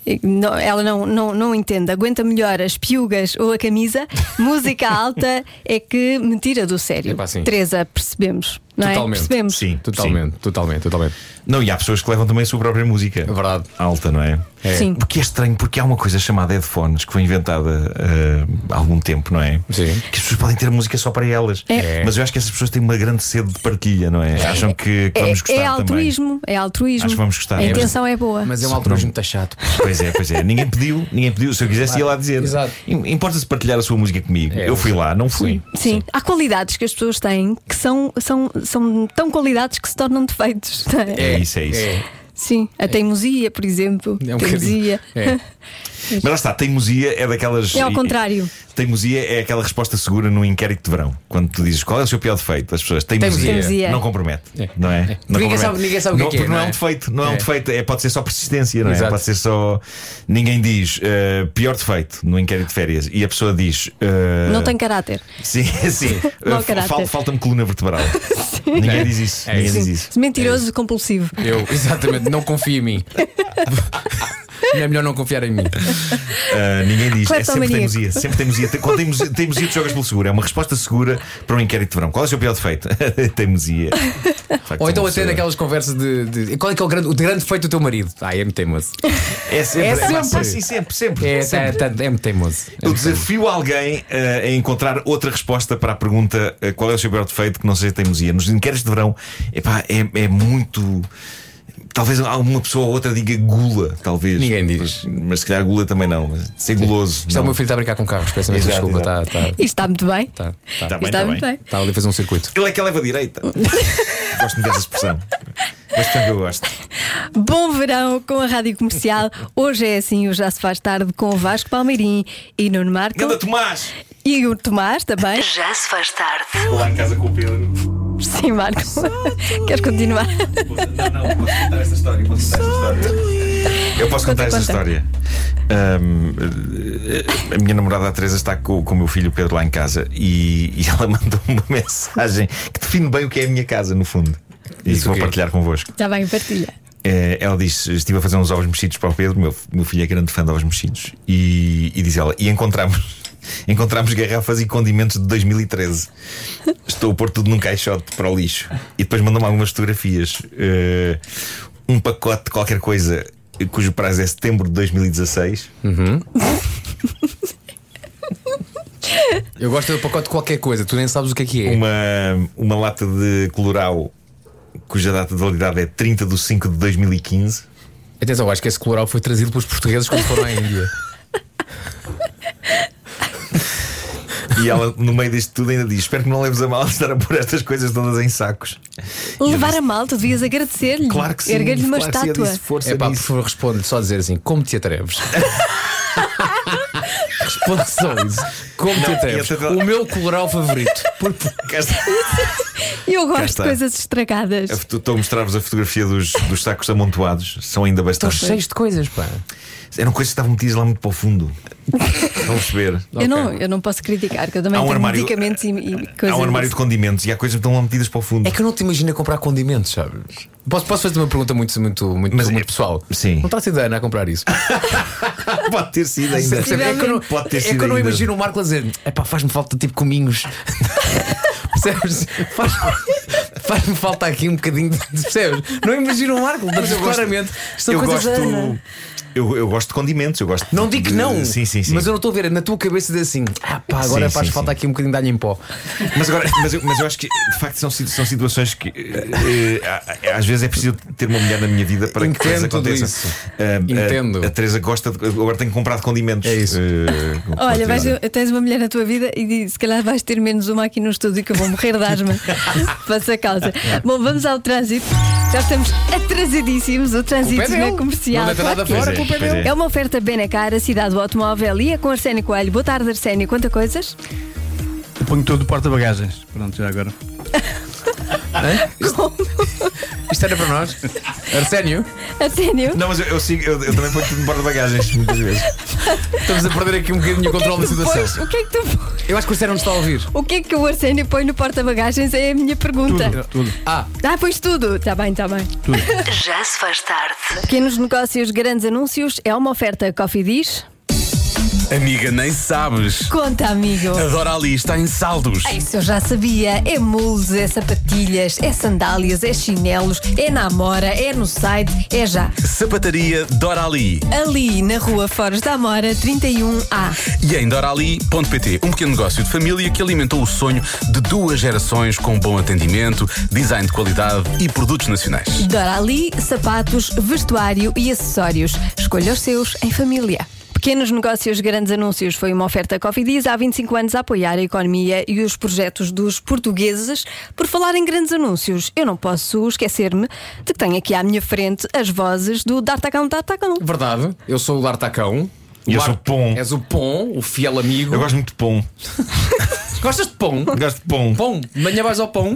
[SPEAKER 1] eh, não- ela não, não, não entende. Aguenta melhor as piugas ou a camisa. música alta é que me tira do sério.
[SPEAKER 3] Epá, sim.
[SPEAKER 1] Teresa, percebemos. Não é?
[SPEAKER 3] Totalmente.
[SPEAKER 1] Percebemos.
[SPEAKER 4] Sim,
[SPEAKER 3] Totalmente, totalmente, totalmente.
[SPEAKER 4] sim. Não, e há pessoas que levam também a sua própria música.
[SPEAKER 3] É verdade.
[SPEAKER 4] Alta, não é?
[SPEAKER 1] É. Sim.
[SPEAKER 4] Porque é estranho, porque há uma coisa chamada headphones que foi inventada eh, há algum tempo, não é?
[SPEAKER 3] Sim.
[SPEAKER 4] Que as pessoas podem ter música só para elas.
[SPEAKER 1] É.
[SPEAKER 4] Mas eu acho que essas pessoas têm uma grande sede de partilha, não é? Acham que, que
[SPEAKER 1] É,
[SPEAKER 4] vamos gostar
[SPEAKER 1] é
[SPEAKER 4] também.
[SPEAKER 1] altruísmo, é altruísmo.
[SPEAKER 4] Acho que vamos gostar.
[SPEAKER 1] A
[SPEAKER 4] É,
[SPEAKER 1] intenção é boa.
[SPEAKER 3] Mas é um altruísmo muito chato.
[SPEAKER 4] Pois é, pois é. Ninguém pediu, ninguém pediu. Se eu quisesse, ia lá dizer.
[SPEAKER 3] Exato.
[SPEAKER 4] Im- Importa-se partilhar a sua música comigo.
[SPEAKER 3] É,
[SPEAKER 4] eu fui lá, não fui.
[SPEAKER 1] Sim. há qualidades que as pessoas têm que são, são, são tão qualidades que se tornam defeitos. não é?
[SPEAKER 4] É, isso, é isso.
[SPEAKER 1] Sim, a teimosia, por exemplo.
[SPEAKER 3] É um
[SPEAKER 1] teimosia.
[SPEAKER 3] bocadinho. É.
[SPEAKER 4] Mas lá está, teimosia é daquelas.
[SPEAKER 1] É ao contrário.
[SPEAKER 4] Teimosia é aquela resposta segura num inquérito de verão. Quando tu dizes qual é o seu pior defeito, as pessoas. Teimosia.
[SPEAKER 1] Teimosia.
[SPEAKER 4] Não compromete.
[SPEAKER 3] É.
[SPEAKER 4] Não é? Não
[SPEAKER 3] Ninguém
[SPEAKER 4] compromete.
[SPEAKER 3] sabe- ninguém sabe o que
[SPEAKER 4] Não,
[SPEAKER 3] é que é,
[SPEAKER 4] porque não,
[SPEAKER 3] não
[SPEAKER 4] é um
[SPEAKER 3] é?
[SPEAKER 4] defeito. Não é, um
[SPEAKER 3] É.
[SPEAKER 4] defeito. É, pode ser só persistência, não é?
[SPEAKER 3] Exato.
[SPEAKER 4] Pode ser só. Ninguém diz eh, pior defeito no inquérito de férias e a pessoa diz. eh,
[SPEAKER 1] Não tem caráter.
[SPEAKER 4] Sim, sim.
[SPEAKER 1] Mau
[SPEAKER 4] Eh, fal-
[SPEAKER 1] caráter.
[SPEAKER 4] Falta-me coluna vertebral. Ninguém diz isso.
[SPEAKER 3] É
[SPEAKER 4] Ninguém
[SPEAKER 3] isso.
[SPEAKER 4] diz isso.
[SPEAKER 1] Mentiroso, compulsivo.
[SPEAKER 3] Eu, exatamente, não confia em mim. É melhor não confiar em mim.
[SPEAKER 4] Então Ah, ninguém diz. É sempre
[SPEAKER 1] Cleptomaníaco.
[SPEAKER 4] teimosia. Sempre teimosia. Tem- Quando teimosia, teimosia tu jogas pelo seguro. É uma resposta segura para um inquérito de verão. Qual é o seu pior defeito? teimosia. De facto,
[SPEAKER 3] Ou
[SPEAKER 4] é
[SPEAKER 3] então
[SPEAKER 4] uma
[SPEAKER 3] até
[SPEAKER 4] pessoa-
[SPEAKER 3] naquelas conversas de, de- Qual é que é o grande, o grande defeito do teu marido? Ah, é-me teimoso.
[SPEAKER 4] É sempre.
[SPEAKER 3] É
[SPEAKER 4] É pá,
[SPEAKER 3] sempre.
[SPEAKER 4] sim, sempre, sempre.
[SPEAKER 3] É,
[SPEAKER 4] sempre.
[SPEAKER 3] é, tanto- é-me teimoso. É
[SPEAKER 4] Eu desafio alguém ah, a encontrar outra resposta para a pergunta ah, qual é o seu pior defeito que não seja teimosia. Nos inquéritos de verão, epá, é, é muito. Talvez alguma pessoa ou outra diga gula, talvez.
[SPEAKER 3] Ninguém diz.
[SPEAKER 4] Mas, mas se calhar gula também não. Mas Ser guloso.
[SPEAKER 3] Isto é o
[SPEAKER 4] não.
[SPEAKER 3] meu filho está a brincar com carros, peço-me
[SPEAKER 4] Exato,
[SPEAKER 3] desculpa, está
[SPEAKER 4] exato.
[SPEAKER 1] Isto está muito bem.
[SPEAKER 3] tá, tá,
[SPEAKER 4] Tá
[SPEAKER 3] tá.
[SPEAKER 4] bem,
[SPEAKER 1] está
[SPEAKER 4] tá
[SPEAKER 1] muito bem.
[SPEAKER 4] bem.
[SPEAKER 3] Tá ali a fazer um circuito.
[SPEAKER 4] Ele é que leva à direita. gosto muito dessa expressão. Mas que eu gosto.
[SPEAKER 1] Bom verão com a Rádio Comercial. Hoje é assim, o Já se faz tarde com o Vasco Palmeirim e Nuno Marco.
[SPEAKER 4] Ganda Tomás!
[SPEAKER 1] E o Tomás também.
[SPEAKER 5] Já se faz tarde.
[SPEAKER 4] Lá em casa com o Pedro.
[SPEAKER 1] Sim, Marco. Queres continuar?
[SPEAKER 4] Não, não, posso contar essa história. Posso contar essa história. Eu posso
[SPEAKER 1] Conta,
[SPEAKER 4] contar essa
[SPEAKER 1] conta.
[SPEAKER 4] história. Ahm, eh, a minha namorada a Teresa está com, com o meu filho Pedro lá em casa e, e ela mandou uma mensagem que define bem o que é a minha casa, no fundo. E
[SPEAKER 3] Isso o
[SPEAKER 4] vou
[SPEAKER 3] quê?
[SPEAKER 4] partilhar convosco.
[SPEAKER 1] Está bem, partilha.
[SPEAKER 4] Eh, Ela diz: Estive a fazer uns ovos mexidos para o Pedro, meu, meu filho é grande fã de ovos mexidos. E, e diz ela: E encontramos, encontramos garrafas e condimentos de 2013. Estou a pôr tudo num caixote para o lixo. E depois mandou-me algumas fotografias. Eh, um pacote de qualquer coisa cujo prazo é setembro de 2016.
[SPEAKER 3] Eu gosto do pacote de qualquer coisa, tu nem sabes o que é que é.
[SPEAKER 4] Uma, uma lata de colorau cuja data de validade é 30 de 5 de 2015.
[SPEAKER 3] Atenção, eu acho que esse colorau foi trazido pelos portugueses quando foram à Índia.
[SPEAKER 4] E ela, no meio disto tudo, ainda diz: Espero que não leves a mal estar a pôr estas coisas todas em sacos.
[SPEAKER 1] Levar a mal, tu devias agradecer-lhe.
[SPEAKER 4] Claro que sim.
[SPEAKER 1] Erguer-lhe uma
[SPEAKER 4] claro que sim, eu
[SPEAKER 1] estátua.
[SPEAKER 4] disse, força
[SPEAKER 3] É pá, por
[SPEAKER 4] nisso."
[SPEAKER 3] favor, responde só dizer assim: como te atreves? responde só isso: como te
[SPEAKER 4] Não,
[SPEAKER 3] atreves?
[SPEAKER 4] eu tô-
[SPEAKER 3] O meu colorau favorito. Por- por-
[SPEAKER 4] Cá está.
[SPEAKER 1] Eu gosto de
[SPEAKER 4] está.
[SPEAKER 1] coisas estragadas.
[SPEAKER 4] Eu Estou a mostrar-vos a fotografia dos, dos sacos amontoados. São ainda
[SPEAKER 3] Estão
[SPEAKER 4] bastante.
[SPEAKER 3] cheios de coisas, pá.
[SPEAKER 4] Eram coisas que estavam metidas lá muito para o fundo. Vão perceber.
[SPEAKER 1] Eu, não, eu não posso criticar, que eu também
[SPEAKER 4] Há um
[SPEAKER 1] tenho
[SPEAKER 4] armário-
[SPEAKER 1] medicamentos e, e coisas.
[SPEAKER 4] Há um armário de condimentos e há coisas que estão lá metidas para o fundo.
[SPEAKER 3] É que eu não te imagino a comprar condimentos, sabes? Posso, posso fazer uma pergunta muito, muito, muito,
[SPEAKER 4] Mas é-
[SPEAKER 3] muito pessoal?
[SPEAKER 4] Sim.
[SPEAKER 3] Não está a ser da Ana a comprar isso.
[SPEAKER 4] Pode ter sido ainda.
[SPEAKER 3] Sabe, É que eu não,
[SPEAKER 4] Pode ter
[SPEAKER 3] é que
[SPEAKER 4] sido
[SPEAKER 3] eu não
[SPEAKER 4] ainda.
[SPEAKER 3] imagino o Marco a dizer: é pá, faz-me falta tipo cominhos. percebes? Faz- Faz-me falta aqui um bocadinho de. Percebes? Não imagino o Marco, mas
[SPEAKER 4] eu gosto-
[SPEAKER 3] claramente são
[SPEAKER 4] eu
[SPEAKER 3] coisas.
[SPEAKER 4] gosto,
[SPEAKER 3] Ana.
[SPEAKER 4] eu, eu gosto de condimentos. Eu gosto
[SPEAKER 3] Não
[SPEAKER 4] de-
[SPEAKER 3] digo que não,
[SPEAKER 4] Sim, sim, sim.
[SPEAKER 3] mas eu não estou a ver é na tua cabeça dizer assim: ah pá, agora
[SPEAKER 4] Sim,
[SPEAKER 3] faz
[SPEAKER 4] sim,
[SPEAKER 3] falta
[SPEAKER 4] sim.
[SPEAKER 3] aqui um bocadinho de alho em pó.
[SPEAKER 4] Mas, agora, mas, eu, mas eu acho que de facto são, situ- são situações que eh, eh, às vezes é preciso ter uma mulher na minha vida para
[SPEAKER 3] Entendo
[SPEAKER 4] que coisas
[SPEAKER 3] tudo
[SPEAKER 4] aconteça.
[SPEAKER 3] isso.
[SPEAKER 4] Ah,
[SPEAKER 3] Entendo.
[SPEAKER 4] A, a Teresa gosta de, agora tenho comprado condimentos.
[SPEAKER 3] É isso.
[SPEAKER 4] eh, com- com
[SPEAKER 1] Olha,
[SPEAKER 4] a
[SPEAKER 1] vais,
[SPEAKER 4] Teresa.
[SPEAKER 1] tens uma mulher na tua vida e diz, se calhar vais ter menos uma aqui no estúdio que eu vou morrer de asma. Faça a causa. Bom, vamos ao trânsito. Já estamos atrasadíssimos. O trânsito
[SPEAKER 3] Culpa é
[SPEAKER 1] na
[SPEAKER 3] dele.
[SPEAKER 1] comercial.
[SPEAKER 3] Não deita
[SPEAKER 1] Claro
[SPEAKER 3] nada
[SPEAKER 1] que é.
[SPEAKER 3] fora,
[SPEAKER 4] Pois é,
[SPEAKER 3] culpa é
[SPEAKER 4] pois
[SPEAKER 3] dele.
[SPEAKER 1] É uma oferta Benacar, a cidade do automóvel e é com Arsénio Coelho. Boa tarde, Arsénio. Quanta coisas?
[SPEAKER 6] Eu ponho todo o porta-bagagens. Pronto, já agora.
[SPEAKER 3] Isto era para nós. Arsénio,
[SPEAKER 1] Arsénio?
[SPEAKER 4] Não, mas eu, eu sigo- eu- eu também ponho tudo no porta-bagagens muitas vezes.
[SPEAKER 3] estamos a perder aqui um bocadinho o
[SPEAKER 4] é
[SPEAKER 3] controle da
[SPEAKER 1] tu
[SPEAKER 3] situação.
[SPEAKER 1] pões? O que é que tu pões?
[SPEAKER 3] Eu acho que o Arsénio não está a ouvir.
[SPEAKER 1] O que é que o Arsénio põe no porta-bagagens? É a minha pergunta.
[SPEAKER 6] Tudo, tudo.
[SPEAKER 3] Ah,
[SPEAKER 1] Ah, pois tudo. Está bem, está bem.
[SPEAKER 5] Já se faz tarde.
[SPEAKER 1] Pequenos negócios, grandes anúncios. É uma oferta Coffee Diz.
[SPEAKER 2] Amiga, nem sabes.
[SPEAKER 1] Conta, amigo.
[SPEAKER 2] Adora ali, está em saldos.
[SPEAKER 1] Ah, Isso eu já sabia. É mules, é sapatilhas, é sandálias, é chinelos, é namora, é no site, é já.
[SPEAKER 2] Sapataria Dorali.
[SPEAKER 1] Ali na rua Foros da Amora 31A.
[SPEAKER 2] E em dorali.pt, um pequeno negócio de família que alimentou o sonho de duas gerações com bom atendimento, design de qualidade e produtos nacionais.
[SPEAKER 1] Dorali, sapatos, vestuário e acessórios. Escolha os seus em família. Pequenos negócios, grandes anúncios foi uma oferta Cofidis há 25 anos a apoiar a economia e os projetos dos portugueses. Por falar em grandes anúncios, eu não posso esquecer-me de que tenho aqui à minha frente as vozes do Dartacão Dartacão.
[SPEAKER 3] verdade, eu sou o Lartacão.
[SPEAKER 4] E eu
[SPEAKER 3] Lar-
[SPEAKER 4] sou o Pom.
[SPEAKER 3] És o Pom, o fiel amigo.
[SPEAKER 4] Eu gosto muito de pão.
[SPEAKER 3] Gostas de pão?
[SPEAKER 4] Gosto de pão.
[SPEAKER 3] Pão, amanhã vais ao pão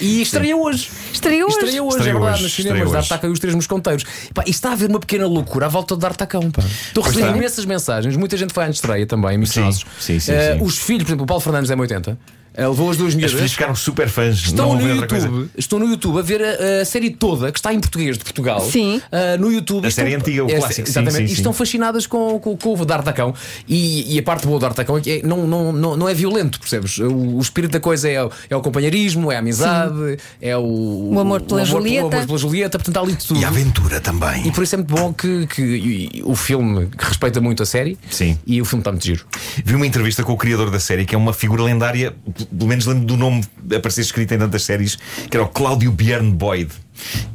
[SPEAKER 3] e estreia hoje.
[SPEAKER 1] Estreia hoje.
[SPEAKER 3] Estreia hoje,
[SPEAKER 4] Estreia
[SPEAKER 3] é verdade,
[SPEAKER 4] hoje,
[SPEAKER 3] nos
[SPEAKER 4] estreia
[SPEAKER 3] cinemas,
[SPEAKER 4] hoje.
[SPEAKER 3] dar tacão e os três mosconteiros. E pá, isto está a haver uma pequena loucura à volta de dar tacão. Pá. Estou a
[SPEAKER 4] Pois
[SPEAKER 3] receber
[SPEAKER 4] está.
[SPEAKER 3] imensas mensagens, muita gente foi à estreia também, muitos
[SPEAKER 4] Sim,
[SPEAKER 3] nossos.
[SPEAKER 4] sim, sim,
[SPEAKER 3] Eh,
[SPEAKER 4] sim.
[SPEAKER 3] Os filhos, por exemplo, o Paulo Fernandes é 80 levou as duas
[SPEAKER 4] As filhas
[SPEAKER 3] miúdas.
[SPEAKER 4] ficaram super fãs. não
[SPEAKER 3] Estão no,
[SPEAKER 4] ouvem outra coisa.
[SPEAKER 3] YouTube, estão no YouTube a ver a, a série toda que está em português de Portugal.
[SPEAKER 1] Sim.
[SPEAKER 3] Ah, no YouTube.
[SPEAKER 4] A série antiga, o
[SPEAKER 3] é,
[SPEAKER 4] clássico, sim,
[SPEAKER 3] Exatamente.
[SPEAKER 4] sim,
[SPEAKER 3] e
[SPEAKER 4] sim.
[SPEAKER 3] estão fascinadas com, com, com o D'Artacão. E, e a parte boa do D'Artacão é que é- não, não, não, não é violento, percebes? O, o espírito da coisa é, o- é o companheirismo, é a amizade, é o,
[SPEAKER 1] O amor pela
[SPEAKER 3] o amor,
[SPEAKER 1] Julieta.
[SPEAKER 3] O amor pela Julieta, portanto, há ali de tudo.
[SPEAKER 4] E a aventura também.
[SPEAKER 3] E por isso é muito bom que, que e- e o filme que respeita muito a série
[SPEAKER 4] Sim.
[SPEAKER 3] e o filme está muito giro.
[SPEAKER 4] Vi uma entrevista com o criador da série, que é uma figura lendária, p- pelo menos lembro do nome aparecer escrito em tantas séries, que era o Cláudio Bjorn Boyd.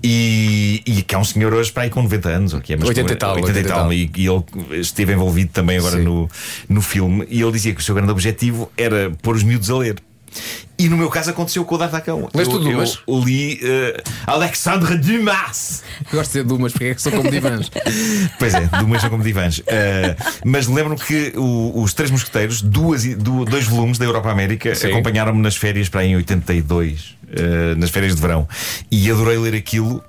[SPEAKER 4] E, e que é um senhor hoje para aí com 90 anos, ou que é mas
[SPEAKER 3] 80 e tal,
[SPEAKER 4] 80 e tal. E, e ele esteve envolvido também agora
[SPEAKER 3] Sim.
[SPEAKER 4] no, no filme. E ele dizia que o seu grande objetivo era pôr os miúdos a ler. E no meu caso aconteceu com o D'Artacão.
[SPEAKER 3] Leste
[SPEAKER 4] eu,
[SPEAKER 3] tudo,
[SPEAKER 4] eu,
[SPEAKER 3] mas-
[SPEAKER 4] eu li eh, Alexandre Dumas.
[SPEAKER 3] Gosto de ser dumas, porque é que são como divãs.
[SPEAKER 4] Pois é, do Manchão como divãs. Eh, mas lembro que o- os Três Mosqueteiros, duas, e- du- dois volumes da Europa América,
[SPEAKER 3] Sim.
[SPEAKER 4] acompanharam-me nas férias para aí em 82, eh, nas férias de verão. E adorei ler aquilo.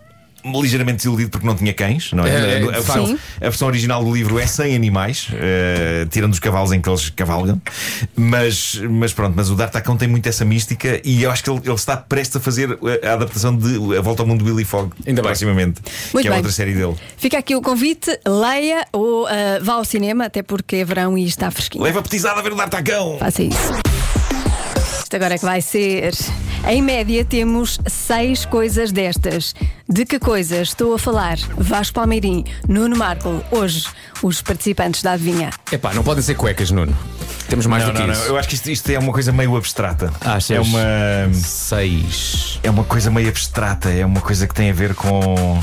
[SPEAKER 4] Ligeiramente desiludido porque não tinha cães, não é?
[SPEAKER 3] É, é,
[SPEAKER 4] a, versão,
[SPEAKER 1] sim.
[SPEAKER 4] a versão original do livro é sem animais, eh, tirando os cavalos em que eles cavalgam. Mas, mas pronto, mas o D'Artacão tem muito essa mística e eu acho que ele, ele está prestes a fazer eh, a adaptação de A Volta ao Mundo de Willy Fogg,
[SPEAKER 3] Ainda bem.
[SPEAKER 4] proximamente,
[SPEAKER 1] Muito
[SPEAKER 4] que é
[SPEAKER 1] bem.
[SPEAKER 4] outra série dele.
[SPEAKER 1] Fica aqui o convite, leia ou ah, vá ao cinema, até porque é verão e está fresquinho.
[SPEAKER 4] Leva a petizada a ver o D'Artacão!
[SPEAKER 1] Faça isso. Isto agora é que vai ser. Em média temos seis coisas destas. De que coisas estou a falar? Vasco Palmeirim, Nuno Marco, hoje, os participantes da Adivinha.
[SPEAKER 3] Epá, não podem ser cuecas, Nuno. Temos mais
[SPEAKER 4] Não,
[SPEAKER 3] do que
[SPEAKER 4] não, não.
[SPEAKER 3] isso. Ah,
[SPEAKER 4] Eu acho que isto, isto é uma coisa meio abstrata.
[SPEAKER 3] Achas?
[SPEAKER 4] É uma,
[SPEAKER 3] Seis.
[SPEAKER 4] é uma coisa meio abstrata, é uma coisa que tem a ver com.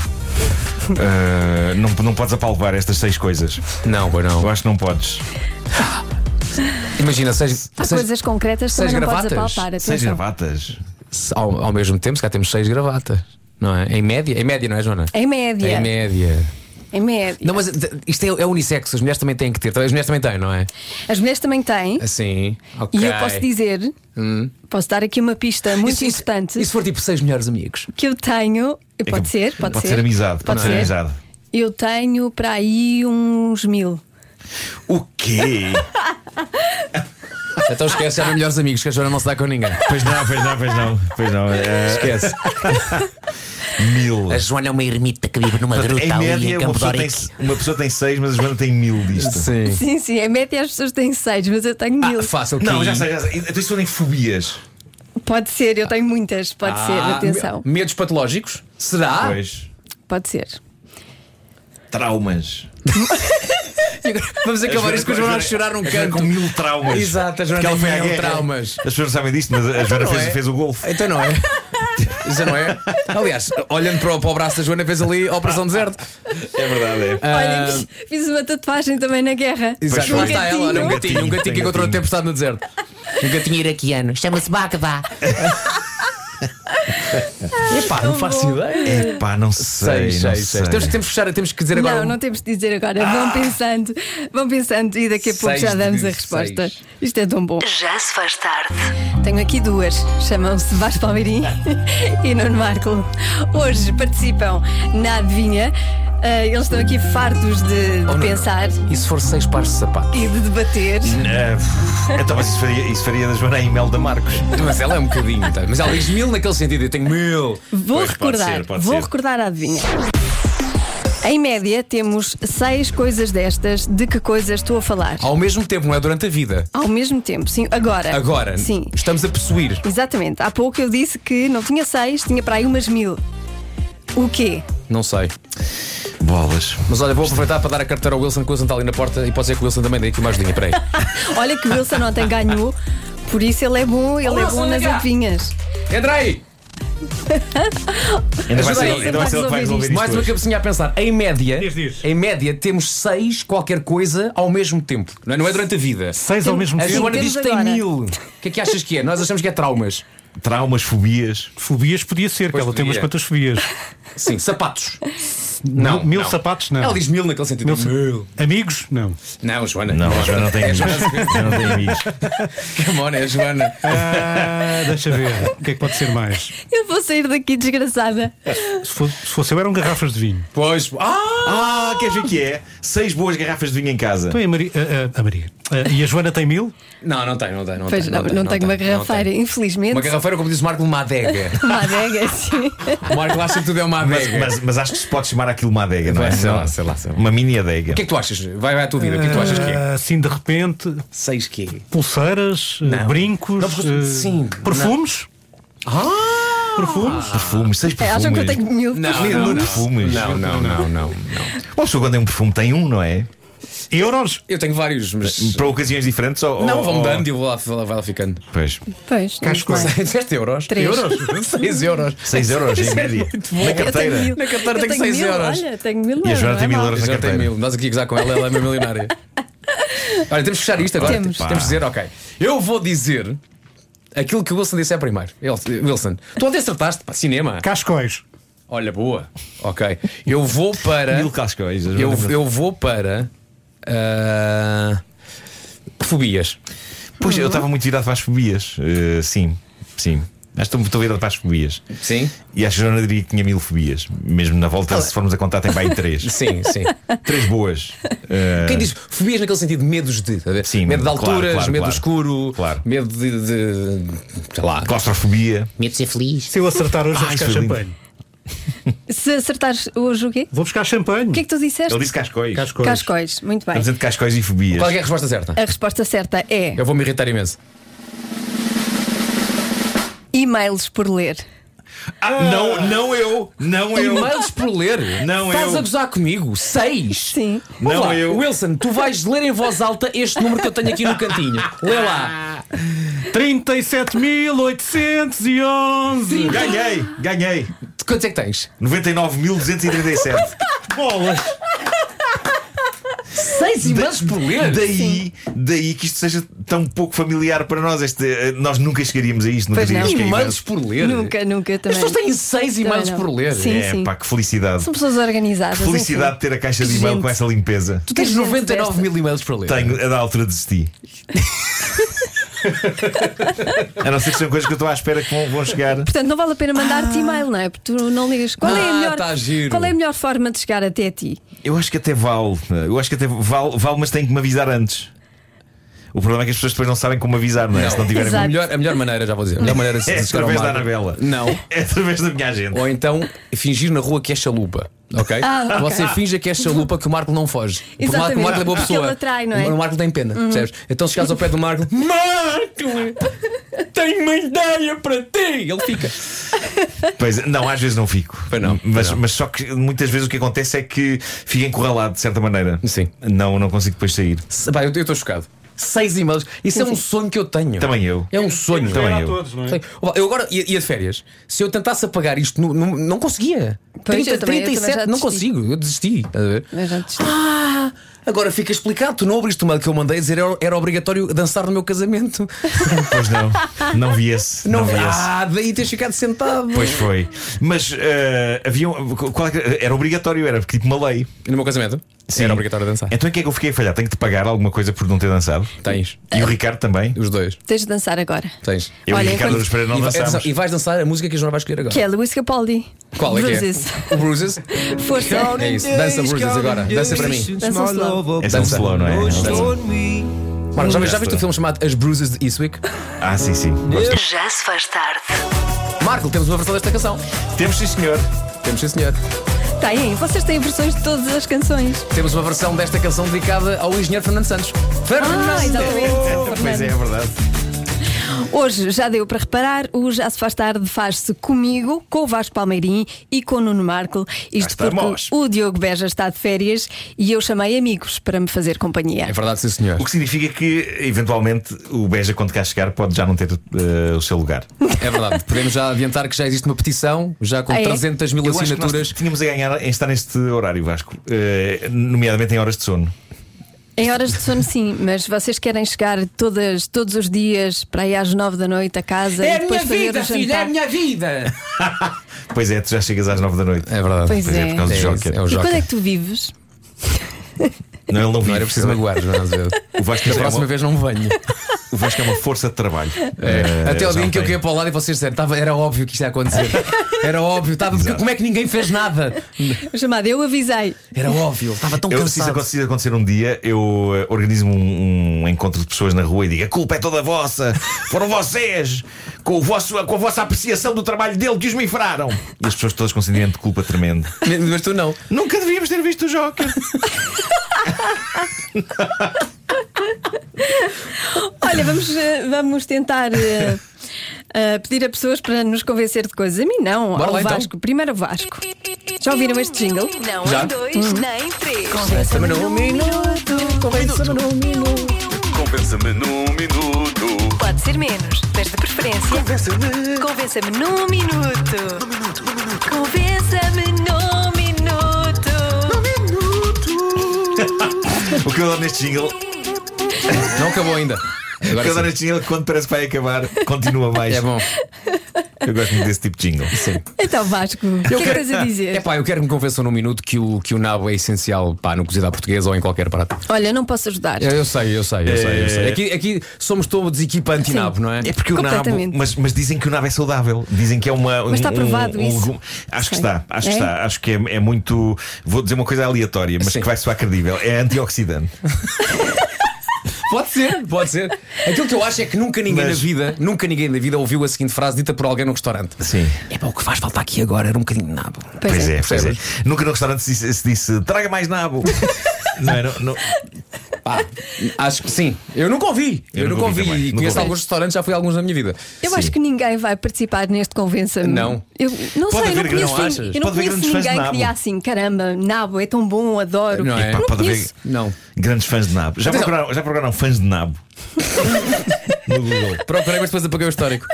[SPEAKER 4] eh, não, não podes apalpar estas seis coisas.
[SPEAKER 3] Não, pois
[SPEAKER 4] Eu
[SPEAKER 3] não.
[SPEAKER 4] acho que não podes.
[SPEAKER 3] Imagina, seis,
[SPEAKER 1] Há
[SPEAKER 3] seis-
[SPEAKER 1] coisas concretas que
[SPEAKER 3] seis
[SPEAKER 1] também não podes
[SPEAKER 3] gravatas?
[SPEAKER 1] apalpar. atenção.
[SPEAKER 4] Seis gravatas.
[SPEAKER 3] ao, ao mesmo tempo, se cá temos seis gravatas. Não é? Em média? Em média, não é, Joana?
[SPEAKER 1] Em média.
[SPEAKER 3] Em média.
[SPEAKER 1] Em média.
[SPEAKER 3] Não, mas eh, isto é, é unissex, as mulheres também têm que ter. As mulheres também têm, não é?
[SPEAKER 1] As mulheres também têm.
[SPEAKER 3] Assim. Ok. Hum.
[SPEAKER 1] E eu posso dizer, posso dar aqui uma pista muito
[SPEAKER 3] Isso- É isso-
[SPEAKER 1] importante
[SPEAKER 3] E se for tipo seis melhores amigos?
[SPEAKER 1] que eu tenho. Pode ser, pode,
[SPEAKER 4] ser.
[SPEAKER 1] Pode
[SPEAKER 4] amizade. Pode ser,
[SPEAKER 1] ser.
[SPEAKER 4] amizade.
[SPEAKER 1] Eu tenho para aí uns mil.
[SPEAKER 4] O quê?
[SPEAKER 3] Então esquece, eram melhores amigos, que a Joana não se dá com ninguém.
[SPEAKER 4] pois não, pois não, pois não. Pois não. Eh,
[SPEAKER 3] Esquece.
[SPEAKER 4] mil.
[SPEAKER 7] A Joana é uma ermita que vive numa gruta
[SPEAKER 4] Em
[SPEAKER 7] ali em
[SPEAKER 4] média, uma
[SPEAKER 7] Campo de
[SPEAKER 4] pessoa, tem,
[SPEAKER 7] Ourique.
[SPEAKER 4] uma pessoa tem seis, mas a Joana tem mil disto.
[SPEAKER 3] Sim.
[SPEAKER 1] Sim, sim, em média as pessoas têm seis, mas eu tenho mil.
[SPEAKER 3] Ah, fácil que
[SPEAKER 4] Não, já sei, já sei. Então isso tem fobias.
[SPEAKER 1] Pode ser, eu tenho muitas, pode ser,
[SPEAKER 3] Ah,
[SPEAKER 1] atenção,
[SPEAKER 3] me- Medos patológicos?
[SPEAKER 1] Ah.
[SPEAKER 3] Será?
[SPEAKER 4] Pois.
[SPEAKER 1] pode ser.
[SPEAKER 4] Traumas.
[SPEAKER 3] Vamos acabar
[SPEAKER 4] Joana-
[SPEAKER 3] isto com o Joana a chorar num
[SPEAKER 4] a Joana
[SPEAKER 3] canto.
[SPEAKER 4] Com mil traumas.
[SPEAKER 3] Exato, a Joana
[SPEAKER 4] Porque ela
[SPEAKER 3] tem
[SPEAKER 4] foi à
[SPEAKER 3] mil
[SPEAKER 4] guerra.
[SPEAKER 3] traumas.
[SPEAKER 4] As pessoas não sabem disto, mas a Joana
[SPEAKER 3] Não
[SPEAKER 4] fez,
[SPEAKER 3] é?
[SPEAKER 4] fez o golfe.
[SPEAKER 3] Então não é? Já não é? Aliás, olhando para o, para o braço da Joana, fez ali a Operação Deserto.
[SPEAKER 4] É verdade, é.
[SPEAKER 1] Olha, fiz- fiz uma tatuagem também na guerra.
[SPEAKER 3] Exato,
[SPEAKER 4] foi.
[SPEAKER 3] Ah, lá está ela, olha, um
[SPEAKER 4] Tem
[SPEAKER 3] gatinho, um
[SPEAKER 4] gatinho,
[SPEAKER 3] gatinho que
[SPEAKER 4] tem
[SPEAKER 3] encontrou a
[SPEAKER 4] gatinho.
[SPEAKER 3] tempestade no deserto.
[SPEAKER 7] Um gatinho iraquiano. Chama-se Bagdá.
[SPEAKER 3] Epá, não faço ideia.
[SPEAKER 4] É pá, não sei.
[SPEAKER 3] Seis,
[SPEAKER 4] não
[SPEAKER 3] seis, seis.
[SPEAKER 4] sei.
[SPEAKER 3] Temos, temos, que fechar, temos que dizer agora.
[SPEAKER 1] Não,
[SPEAKER 3] um-
[SPEAKER 1] não temos de dizer agora. Vão pensando, vão pensando e daqui a pouco
[SPEAKER 3] Seis
[SPEAKER 1] já
[SPEAKER 3] de
[SPEAKER 1] damos a
[SPEAKER 3] seis.
[SPEAKER 1] resposta. Isto é tão bom.
[SPEAKER 5] Já se faz tarde.
[SPEAKER 1] Tenho aqui duas, chamam-se Vasco Palmeirim e Nuno Marco. Hoje participam na Adivinha. Ah, eles estão aqui fartos de, de
[SPEAKER 3] Oh, não,
[SPEAKER 1] pensar
[SPEAKER 3] E se for seis pares de sapatos?
[SPEAKER 1] e de debater.
[SPEAKER 4] Ah, pff, então, mas isso faria, isso faria da Joana em Melda Marcos.
[SPEAKER 3] Mas ela é um bocadinho, tá? mas ela diz mil naquele sentido, eu tenho mil.
[SPEAKER 1] Vou
[SPEAKER 4] Pois, pode
[SPEAKER 1] recordar,
[SPEAKER 4] ser, pode
[SPEAKER 1] vou
[SPEAKER 4] ser.
[SPEAKER 1] recordar a adivinha. Em média, temos seis coisas destas. De que coisas estou a falar?
[SPEAKER 3] Ao mesmo tempo, não é durante a vida.
[SPEAKER 1] Ao mesmo tempo, sim. Agora.
[SPEAKER 3] Agora,
[SPEAKER 1] Sim.
[SPEAKER 3] estamos a possuir.
[SPEAKER 1] Exatamente. Há pouco eu disse que não tinha seis, tinha para aí umas mil. O quê?
[SPEAKER 3] Não sei.
[SPEAKER 4] Bolas.
[SPEAKER 3] Mas olha, vou aproveitar para dar a carteira ao Wilson, que o Wilson está ali na porta e pode ser que o Wilson também dê aqui uma ajudinha. Peraí.
[SPEAKER 1] Olha que o Wilson ontem ganhou, por isso ele é bom, ele é
[SPEAKER 3] Wilson,
[SPEAKER 1] bom nas
[SPEAKER 3] vem cá.
[SPEAKER 1] adivinhas.
[SPEAKER 3] Entra aí!
[SPEAKER 4] Ainda vai
[SPEAKER 1] Ajuda
[SPEAKER 4] ser,
[SPEAKER 1] aí,
[SPEAKER 4] ainda Então vai ser ele que vai resolver isto.
[SPEAKER 3] Mais uma
[SPEAKER 4] hoje.
[SPEAKER 3] cabecinha a pensar. Em média,
[SPEAKER 6] Diz, diz.
[SPEAKER 3] em média, temos seis qualquer coisa ao mesmo tempo. Não é, não é durante a vida.
[SPEAKER 6] Seis ao mesmo
[SPEAKER 3] A
[SPEAKER 1] Sim,
[SPEAKER 6] tempo.
[SPEAKER 3] Joana diz
[SPEAKER 1] temos
[SPEAKER 3] que tem
[SPEAKER 1] agora.
[SPEAKER 3] mil. O que é que achas que é? Nós achamos que é traumas.
[SPEAKER 4] Traumas, fobias.
[SPEAKER 6] Fobias podia ser, que
[SPEAKER 3] Pois
[SPEAKER 6] ela tem umas
[SPEAKER 3] podia.
[SPEAKER 6] quantas fobias.
[SPEAKER 3] Sim, sapatos. Não.
[SPEAKER 6] mil mil
[SPEAKER 3] não.
[SPEAKER 6] sapatos, não.
[SPEAKER 3] Ela diz mil naquele sentido.
[SPEAKER 6] Mil- Amigos, não.
[SPEAKER 3] Não, Joana.
[SPEAKER 4] Não, a Joana não tem
[SPEAKER 3] É,
[SPEAKER 4] amigos.
[SPEAKER 3] Joana.
[SPEAKER 4] A Joana não tem amigos.
[SPEAKER 3] Come on, é a Joana.
[SPEAKER 6] Ah, deixa ver. O que é que pode ser mais?
[SPEAKER 1] Eu vou sair daqui desgraçada.
[SPEAKER 3] É,
[SPEAKER 6] Se fosse, se fosse eu, eram garrafas de vinho.
[SPEAKER 3] Pois. Ah!
[SPEAKER 4] Ah, queres ver o que é? Seis boas garrafas de vinho em casa.
[SPEAKER 6] Então, e a Maria. a- a- a Maria. Ah, e a Joana tem mil?
[SPEAKER 3] Não, não tem, não tem. Não
[SPEAKER 1] Pois
[SPEAKER 3] tem,
[SPEAKER 1] não, não, tenho uma
[SPEAKER 3] tem,
[SPEAKER 1] garrafeira,
[SPEAKER 3] não tem.
[SPEAKER 1] infelizmente.
[SPEAKER 3] Uma garrafeira, como diz o Marco, uma adega.
[SPEAKER 1] Uma adega, sim.
[SPEAKER 3] O Marco acha que tudo é uma
[SPEAKER 4] Mas,
[SPEAKER 3] adega.
[SPEAKER 4] mas, mas acho que se pode chamar aquilo uma adega, não é?
[SPEAKER 3] Sei lá,
[SPEAKER 4] Não.
[SPEAKER 3] sei lá, sei lá.
[SPEAKER 4] Uma mini adega.
[SPEAKER 3] O que é que tu achas? Vai, vai à tua vida. O que é que tu achas que é?
[SPEAKER 6] Ah, Assim de repente,
[SPEAKER 3] Seis quê?
[SPEAKER 6] pulseiras, eh,
[SPEAKER 3] Não.
[SPEAKER 6] brincos,
[SPEAKER 3] Não, porque-
[SPEAKER 6] eh,
[SPEAKER 3] sim,
[SPEAKER 6] perfumes.
[SPEAKER 3] Ah!
[SPEAKER 6] Perfumes?
[SPEAKER 4] Perfumes, seis
[SPEAKER 1] É,
[SPEAKER 4] perfumes.
[SPEAKER 1] Acham que eu tenho mil?
[SPEAKER 3] Não,
[SPEAKER 4] Mil
[SPEAKER 3] não, não.
[SPEAKER 4] perfumes.
[SPEAKER 3] Não, não, não, não. não.
[SPEAKER 4] Uma pessoa quando tem um perfume tem um, não é?
[SPEAKER 2] Euros?
[SPEAKER 3] Eu tenho vários, mas.
[SPEAKER 4] Para ocasiões diferentes ou.
[SPEAKER 3] Não,
[SPEAKER 4] ou-
[SPEAKER 3] vão
[SPEAKER 4] ou-
[SPEAKER 3] dando e eu vou lá, vou lá- vai lá ficando.
[SPEAKER 4] Pois.
[SPEAKER 1] Pois, muito bem.
[SPEAKER 3] Deste euros?
[SPEAKER 1] Três.
[SPEAKER 3] Euros? 6 euros.
[SPEAKER 4] 6 euros
[SPEAKER 3] é
[SPEAKER 4] em média. Na
[SPEAKER 1] É, Eu tenho
[SPEAKER 4] carteira.
[SPEAKER 1] mil.
[SPEAKER 3] Na carteira
[SPEAKER 1] Eu
[SPEAKER 3] tem
[SPEAKER 1] tenho
[SPEAKER 3] seis
[SPEAKER 1] mil,
[SPEAKER 3] euros.
[SPEAKER 1] Olha, tenho mil euros.
[SPEAKER 4] E a Joana
[SPEAKER 1] não
[SPEAKER 4] tem
[SPEAKER 1] é
[SPEAKER 4] mil
[SPEAKER 1] mal.
[SPEAKER 4] euros na
[SPEAKER 3] Já tem
[SPEAKER 4] carteira.
[SPEAKER 3] mil. Nós aqui a gozar com ela, ela é uma milionária. Olha, temos que fechar isto agora.
[SPEAKER 1] Temos.
[SPEAKER 3] Temos, de dizer, ok. Eu vou dizer aquilo que o Wilson disse é primeiro. Ele- Wilson, tu ontem acertaste para cinema.
[SPEAKER 6] Cascóis.
[SPEAKER 3] Olha, boa. Ok. Eu vou para.
[SPEAKER 4] Mil cascóis.
[SPEAKER 3] Eu, eu vou para. ah, fobias.
[SPEAKER 4] Pois, eu estava muito virado para as fobias. Eh, sim, sim. Acho que estou- estou virado para as fobias.
[SPEAKER 3] Sim?
[SPEAKER 4] E acho que a Joana diria que tinha mil fobias. Mesmo na volta, se formos a contar, tem bem três.
[SPEAKER 3] Sim, sim.
[SPEAKER 4] três boas. Eh,
[SPEAKER 3] Quem diz fobias naquele sentido de medos de. tá a ver?
[SPEAKER 4] Sim,
[SPEAKER 3] medo de
[SPEAKER 4] claro,
[SPEAKER 3] alturas,
[SPEAKER 4] claro,
[SPEAKER 3] medo do
[SPEAKER 4] claro.
[SPEAKER 3] escuro,
[SPEAKER 4] Claro. é
[SPEAKER 3] medo de, de- Sei lá.
[SPEAKER 4] Claustrofobia.
[SPEAKER 7] Medo de ser feliz.
[SPEAKER 6] Se eu acertar hoje,
[SPEAKER 4] Ah,
[SPEAKER 6] vou buscar
[SPEAKER 4] isso foi lindo.
[SPEAKER 6] champanhe.
[SPEAKER 1] Se acertares hoje o quê?
[SPEAKER 6] Vou buscar champanhe.
[SPEAKER 1] O que é que tu disseste?
[SPEAKER 4] Ele disse cascóis. Cascóis.
[SPEAKER 6] Cascóis.
[SPEAKER 1] Cascóis, muito bem.
[SPEAKER 4] Estamos entre cascóis e fobias.
[SPEAKER 3] Qual é que é a resposta certa?
[SPEAKER 1] A resposta certa é
[SPEAKER 3] Eu vou me irritar imenso.
[SPEAKER 1] e-mails por ler.
[SPEAKER 4] Ah, não, não eu. Não eu.
[SPEAKER 3] E-mails por ler.
[SPEAKER 4] Não,
[SPEAKER 3] Estás
[SPEAKER 4] eu-
[SPEAKER 3] a gozar comigo? Seis?
[SPEAKER 1] Sim.
[SPEAKER 3] Vamos
[SPEAKER 4] Não,
[SPEAKER 3] lá.
[SPEAKER 4] eu.
[SPEAKER 3] Wilson, tu vais ler em voz alta este número que eu tenho aqui no cantinho. Lê lá.
[SPEAKER 6] Ah, 37.811.
[SPEAKER 4] Ganhei, ganhei.
[SPEAKER 3] Quantos é que tens?
[SPEAKER 4] 99.237.
[SPEAKER 6] Bolas.
[SPEAKER 3] Seis e-mails tá por ler?
[SPEAKER 4] Daí, daí que isto seja tão pouco familiar para nós. Este, eh, nós nunca chegaríamos a isto, nunca
[SPEAKER 1] Pois não.
[SPEAKER 4] diríamos que é
[SPEAKER 3] E-mails
[SPEAKER 4] imenso.
[SPEAKER 3] por ler?
[SPEAKER 1] Nunca, nunca
[SPEAKER 3] As
[SPEAKER 1] também.
[SPEAKER 3] pessoas têm seis e-mails
[SPEAKER 1] não.
[SPEAKER 3] por ler.
[SPEAKER 1] Sim.
[SPEAKER 4] É pá, que felicidade.
[SPEAKER 1] São pessoas organizadas.
[SPEAKER 4] Que felicidade de ter a caixa de
[SPEAKER 1] Que
[SPEAKER 4] e-mail
[SPEAKER 1] gente.
[SPEAKER 4] com essa limpeza.
[SPEAKER 3] Tu tens
[SPEAKER 1] Gente
[SPEAKER 3] 99 mil e-mails por ler.
[SPEAKER 4] Tenho, a da altura desisti. a não ser que são coisas que eu estou à espera que vão, vão chegar.
[SPEAKER 1] Portanto, não vale a pena mandar-te e-mail, não é? Porque tu não ligas. Qual, é a
[SPEAKER 3] Ah,
[SPEAKER 1] melhor,
[SPEAKER 3] tá giro.
[SPEAKER 1] qual é a melhor forma de chegar até ti?
[SPEAKER 4] Eu acho que até vale. eh, Eu acho que até vale, vale mas tem que me avisar antes. O problema é que as pessoas depois não sabem como avisar, não é?
[SPEAKER 3] Não.
[SPEAKER 4] Se não tiverem.
[SPEAKER 1] Exato.
[SPEAKER 3] A melhor, a melhor maneira, já vou dizer. A melhor maneira de se
[SPEAKER 4] É
[SPEAKER 3] chegar ao
[SPEAKER 4] através da
[SPEAKER 3] mar.
[SPEAKER 4] Anabela.
[SPEAKER 3] Não.
[SPEAKER 4] É através da minha agenda.
[SPEAKER 3] Ou então fingir na rua que é chalupa. Ok?
[SPEAKER 1] Ah, ok.
[SPEAKER 3] Você finge que é chalupa que o Marco não foge. Porque o Marco, o
[SPEAKER 1] Exatamente.
[SPEAKER 3] Marco é boa
[SPEAKER 1] Porque
[SPEAKER 3] pessoa.
[SPEAKER 1] ele atrai, não é?
[SPEAKER 3] O Marco tem pena, percebes? Então se chegares ao pé do Marco, Marco! Tenho uma ideia para ti! Ele fica.
[SPEAKER 4] Pois, é, não, às vezes não fico.
[SPEAKER 3] Pois não, pois
[SPEAKER 4] mas,
[SPEAKER 3] não.
[SPEAKER 4] mas só que muitas vezes o que acontece é que fico encurralado de certa maneira.
[SPEAKER 3] Sim.
[SPEAKER 4] Não, não consigo depois sair.
[SPEAKER 3] Se- Pá, eu eu estou chocado. Seis e-mails. Isso é um sonho que eu tenho.
[SPEAKER 4] Também eu.
[SPEAKER 3] É um sonho.
[SPEAKER 4] Também
[SPEAKER 6] Era a
[SPEAKER 4] eu.
[SPEAKER 6] todos, não é?
[SPEAKER 3] Sei. Opa, Eu agora ia, ia de férias. Se eu tentasse apagar isto, no- no- não conseguia.
[SPEAKER 1] Pois, eu também- eu também
[SPEAKER 3] 37,
[SPEAKER 1] já
[SPEAKER 3] não
[SPEAKER 1] desisti.
[SPEAKER 3] consigo. Eu desisti. estás a ver?
[SPEAKER 1] Eu já desisti.
[SPEAKER 3] Ah, agora fica explicado. Tu não abriste o mail que eu mandei a dizer era, era obrigatório dançar no meu casamento.
[SPEAKER 4] Pois não. Não vi esse. Não, vi esse.
[SPEAKER 3] ah, daí tens ficado sentado.
[SPEAKER 4] Pois foi. Mas eh, havia. um- Qual é que- era obrigatório, era tipo uma lei.
[SPEAKER 3] No meu casamento?
[SPEAKER 4] Sim.
[SPEAKER 3] Era obrigatório dançar.
[SPEAKER 4] Então o que é que eu fiquei a falhar? Tenho que te pagar alguma coisa por não ter dançado?
[SPEAKER 3] Tens.
[SPEAKER 4] E o Ricardo também?
[SPEAKER 3] Os dois.
[SPEAKER 1] Tens de dançar agora.
[SPEAKER 3] Tens.
[SPEAKER 4] Eu
[SPEAKER 1] Olha,
[SPEAKER 4] e o Ricardo
[SPEAKER 1] enquanto-
[SPEAKER 4] Luz Pereira não
[SPEAKER 3] e, vai-
[SPEAKER 4] dançámos.
[SPEAKER 3] e vais dançar a música que a Joana vai escolher agora.
[SPEAKER 1] Que é Luís Capaldi.
[SPEAKER 3] Qual é
[SPEAKER 1] Bruises.
[SPEAKER 3] que é? O Bruises?
[SPEAKER 1] Força.
[SPEAKER 3] É isso. Dança Bruises agora. Dança para mim.
[SPEAKER 1] Dança um slow.
[SPEAKER 4] É tão slow, não é?
[SPEAKER 3] Marcos, já, viste- já viste o filme chamado As Bruises de Eastwick?
[SPEAKER 4] Ah, sim, sim.
[SPEAKER 5] Já se faz tarde.
[SPEAKER 3] Marco, temos uma versão desta canção.
[SPEAKER 4] Temos, sim, senhor.
[SPEAKER 3] Temos sim, senhor.
[SPEAKER 1] Têm, vocês têm versões de todas as canções.
[SPEAKER 3] Temos uma versão desta canção dedicada ao engenheiro Fernando Santos.
[SPEAKER 1] Ah,
[SPEAKER 3] Fernando!
[SPEAKER 1] exatamente.
[SPEAKER 4] Pois é, é verdade.
[SPEAKER 1] Hoje já deu para reparar, o Já Se Faz Tarde faz-se comigo, com o Vasco Palmeirim e com o Nuno Marco. Isto
[SPEAKER 4] Cá
[SPEAKER 1] porque
[SPEAKER 4] estamos.
[SPEAKER 1] o Diogo Beja está de férias e eu chamei amigos para me fazer
[SPEAKER 3] É
[SPEAKER 1] companhia.
[SPEAKER 3] verdade, sim, senhor.
[SPEAKER 4] O que significa que, eventualmente, o Beja, quando cá chegar, pode já não ter eh, o seu lugar.
[SPEAKER 3] É verdade. Podemos já adiantar que já existe uma petição, já com
[SPEAKER 1] Ah, é?
[SPEAKER 3] 300 mil
[SPEAKER 4] Eu acho que nós
[SPEAKER 3] assinaturas.
[SPEAKER 4] tínhamos a ganhar em estar neste horário, Vasco. Eh, nomeadamente em horas de sono.
[SPEAKER 1] Em horas de sono, sim, mas vocês querem chegar todas, todos os dias para aí às nove da noite a casa
[SPEAKER 4] É
[SPEAKER 3] É
[SPEAKER 1] e depois fazer o jantar.
[SPEAKER 3] minha vida!
[SPEAKER 4] Pois é, tu já chegas às nove da noite.
[SPEAKER 3] É verdade.
[SPEAKER 1] Pois
[SPEAKER 4] Pois é,
[SPEAKER 1] é.
[SPEAKER 4] por
[SPEAKER 3] É
[SPEAKER 4] causa do
[SPEAKER 3] isso,
[SPEAKER 4] Joker.
[SPEAKER 3] é o
[SPEAKER 1] E
[SPEAKER 3] Joker.
[SPEAKER 1] quando é que tu vives?
[SPEAKER 4] Não, ele não vive.
[SPEAKER 3] É, Não era preciso magoar, não às vezes.
[SPEAKER 4] O Vasco,
[SPEAKER 3] Da
[SPEAKER 4] é
[SPEAKER 3] próxima
[SPEAKER 4] uma,
[SPEAKER 3] vez não venho.
[SPEAKER 4] o Vasco é uma força de trabalho. Eh,
[SPEAKER 3] Até o
[SPEAKER 4] já
[SPEAKER 3] dia em que eu
[SPEAKER 4] tem.
[SPEAKER 3] caí para o lado e vocês disseram, "Tava- era óbvio que isto ia acontecer. Era óbvio, estava. porque Como é que ninguém fez nada?
[SPEAKER 1] Chamada, eu avisei.
[SPEAKER 3] Era óbvio, estava tão
[SPEAKER 4] Eu, se isso
[SPEAKER 3] cansado.
[SPEAKER 4] acontecer, se acontecer um dia, eu eh, organizo um, um encontro de pessoas na rua e digo: a culpa é toda vossa, foram vocês, com, o vosso, com a vossa apreciação do trabalho dele que os me enfraram. E as pessoas todas com um sentimento de culpa tremendo.
[SPEAKER 3] Mas tu não.
[SPEAKER 4] Nunca devíamos ter visto o Joker.
[SPEAKER 1] Olha, vamos, eh, vamos tentar. eh, ah, pedir a pessoas para nos convencer de coisas. A mim não,
[SPEAKER 3] Bora
[SPEAKER 1] ao
[SPEAKER 3] lá, então.
[SPEAKER 1] Vasco. Primeiro ao Vasco. Já ouviram este jingle?
[SPEAKER 5] Não
[SPEAKER 3] Já?
[SPEAKER 5] em dois, nem em três.
[SPEAKER 3] Convença-me num minuto, convença-me num minuto.
[SPEAKER 2] Compensa-me num minuto.
[SPEAKER 5] Pode ser menos, mas de preferência. Convença-me num minuto. Convença-me num minuto.
[SPEAKER 4] O que eu adoro neste jingle, o
[SPEAKER 3] Não acabou ainda.
[SPEAKER 4] que eu adoro
[SPEAKER 3] Agora sim.
[SPEAKER 4] neste jingle, quando parece que vai acabar, continua mais.
[SPEAKER 3] É bom.
[SPEAKER 4] Eu gosto muito desse tipo de jingle.
[SPEAKER 1] Então, Vasco, o que é que tens a dizer?
[SPEAKER 3] É pá, eu quero que me confessam num minuto que o, que o nabo é essencial pá, no cozido à portuguesa ou em qualquer prato.
[SPEAKER 1] Olha, não posso ajudar.
[SPEAKER 3] Eu, eu sei, eu sei, eu sei. Eu sei.
[SPEAKER 4] É.
[SPEAKER 3] Aqui, aqui somos todos equipa anti-nabo, não é?
[SPEAKER 4] É porque o nabo,
[SPEAKER 1] Completamente.
[SPEAKER 4] mas, mas dizem que o nabo é saudável. Dizem que é uma. um
[SPEAKER 1] Mas está provado isso?
[SPEAKER 4] legume. Acho que
[SPEAKER 1] Sei.
[SPEAKER 4] está, acho que
[SPEAKER 1] É?
[SPEAKER 4] está. Acho que é, é muito. Vou dizer uma coisa aleatória, mas
[SPEAKER 3] Sim.
[SPEAKER 4] que vai soar credível. É antioxidante.
[SPEAKER 3] Pode ser, pode ser. Aquilo que eu acho é que nunca ninguém
[SPEAKER 4] Mas-
[SPEAKER 3] na vida, nunca ninguém na vida ouviu a seguinte frase dita por alguém num restaurante.
[SPEAKER 4] Sim.
[SPEAKER 3] É pá, o que faz falta aqui agora era um bocadinho de nabo.
[SPEAKER 1] Pois
[SPEAKER 4] Pois
[SPEAKER 1] é.
[SPEAKER 4] é, pois é.
[SPEAKER 3] Percebes?
[SPEAKER 4] Nunca no restaurante se disse, se disse, traga mais nabo. não é? Não, não-
[SPEAKER 3] Pá, acho que sim. Eu nunca ouvi. Eu, nunca ouvi.
[SPEAKER 4] também.
[SPEAKER 3] E
[SPEAKER 4] Nunca
[SPEAKER 3] conheço
[SPEAKER 4] ouvi.
[SPEAKER 3] alguns restaurantes, já fui a alguns na minha vida.
[SPEAKER 1] Eu acho que ninguém vai participar neste convença-me.
[SPEAKER 3] Não.
[SPEAKER 1] Eu não
[SPEAKER 4] Pode
[SPEAKER 1] sei, eu não conheço,
[SPEAKER 4] haver grandes-
[SPEAKER 1] ninguém-
[SPEAKER 4] Não achas?
[SPEAKER 1] eu não
[SPEAKER 4] Pode haver
[SPEAKER 1] conheço
[SPEAKER 4] grandes fãs de
[SPEAKER 1] ninguém que
[SPEAKER 4] nabo.
[SPEAKER 1] diga assim: caramba, nabo é tão bom, adoro.
[SPEAKER 3] Não é?
[SPEAKER 4] Epá,
[SPEAKER 3] Não
[SPEAKER 4] pode haver
[SPEAKER 1] conheço.
[SPEAKER 3] Não.
[SPEAKER 4] grandes fãs de nabo. Já
[SPEAKER 3] Atenção.
[SPEAKER 4] procuraram, já procuraram fãs de nabo? no Google.
[SPEAKER 3] Procurei, mas depois apaguei o histórico.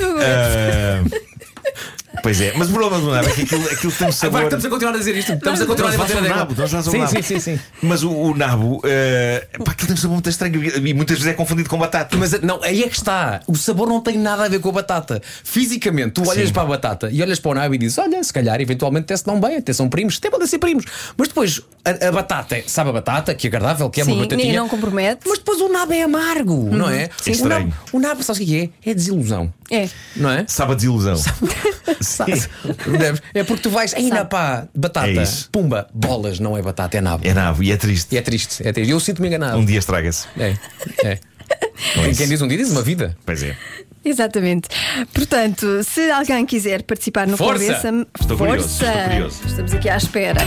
[SPEAKER 1] Não é?
[SPEAKER 4] Ah, Pois é, mas o problema do nabo é que aquilo, aquilo tem um sabor.
[SPEAKER 3] Agora estamos a continuar a dizer isto. Estamos a continuar a
[SPEAKER 4] Nós
[SPEAKER 3] bater a
[SPEAKER 4] lançamos
[SPEAKER 3] dela.
[SPEAKER 4] é nabo, nós lançamos
[SPEAKER 3] Sim,
[SPEAKER 4] nabo.
[SPEAKER 3] sim, sim, sim.
[SPEAKER 4] Mas o, o nabo, eh, pá, aquilo tem um sabor muito estranho e muitas vezes é confundido com batata.
[SPEAKER 3] Mas não, aí é que está. O sabor não tem nada a ver com a batata. Fisicamente, tu olhas
[SPEAKER 4] Sim.
[SPEAKER 3] para a batata e olhas para o nabo e dizes: Olha, se calhar eventualmente até se dão bem, até são primos, até podem ser primos. Mas depois a, a batata, é- sabe a batata, que é agradável, que é
[SPEAKER 1] Sim,
[SPEAKER 3] uma batatinha.
[SPEAKER 1] e não compromete.
[SPEAKER 3] Mas depois o nabo é amargo, não é? O
[SPEAKER 4] Uhum. Estranho.
[SPEAKER 3] nabo, o nabo, sabes o que é? É desilusão,
[SPEAKER 1] É.
[SPEAKER 3] não é?
[SPEAKER 4] Sabe a desilusão.
[SPEAKER 3] Sabe? Percebes? é porque tu vais, ainda pá, batata,
[SPEAKER 4] É isso.
[SPEAKER 3] pumba, bolas, não é batata, é nabo.
[SPEAKER 4] É nabo e é
[SPEAKER 3] E
[SPEAKER 4] triste.
[SPEAKER 3] é triste, é triste. Eu sinto-me enganado.
[SPEAKER 4] Um dia estraga-se.
[SPEAKER 3] É, é.
[SPEAKER 4] Não é
[SPEAKER 3] Quem
[SPEAKER 4] isso?
[SPEAKER 3] diz um dia diz uma vida.
[SPEAKER 4] Pois é.
[SPEAKER 1] Exatamente. Portanto, se alguém quiser participar no
[SPEAKER 3] Força!
[SPEAKER 1] Convença-me,
[SPEAKER 4] Estou curioso,
[SPEAKER 1] força!
[SPEAKER 4] estou curioso.
[SPEAKER 1] Estamos aqui à espera.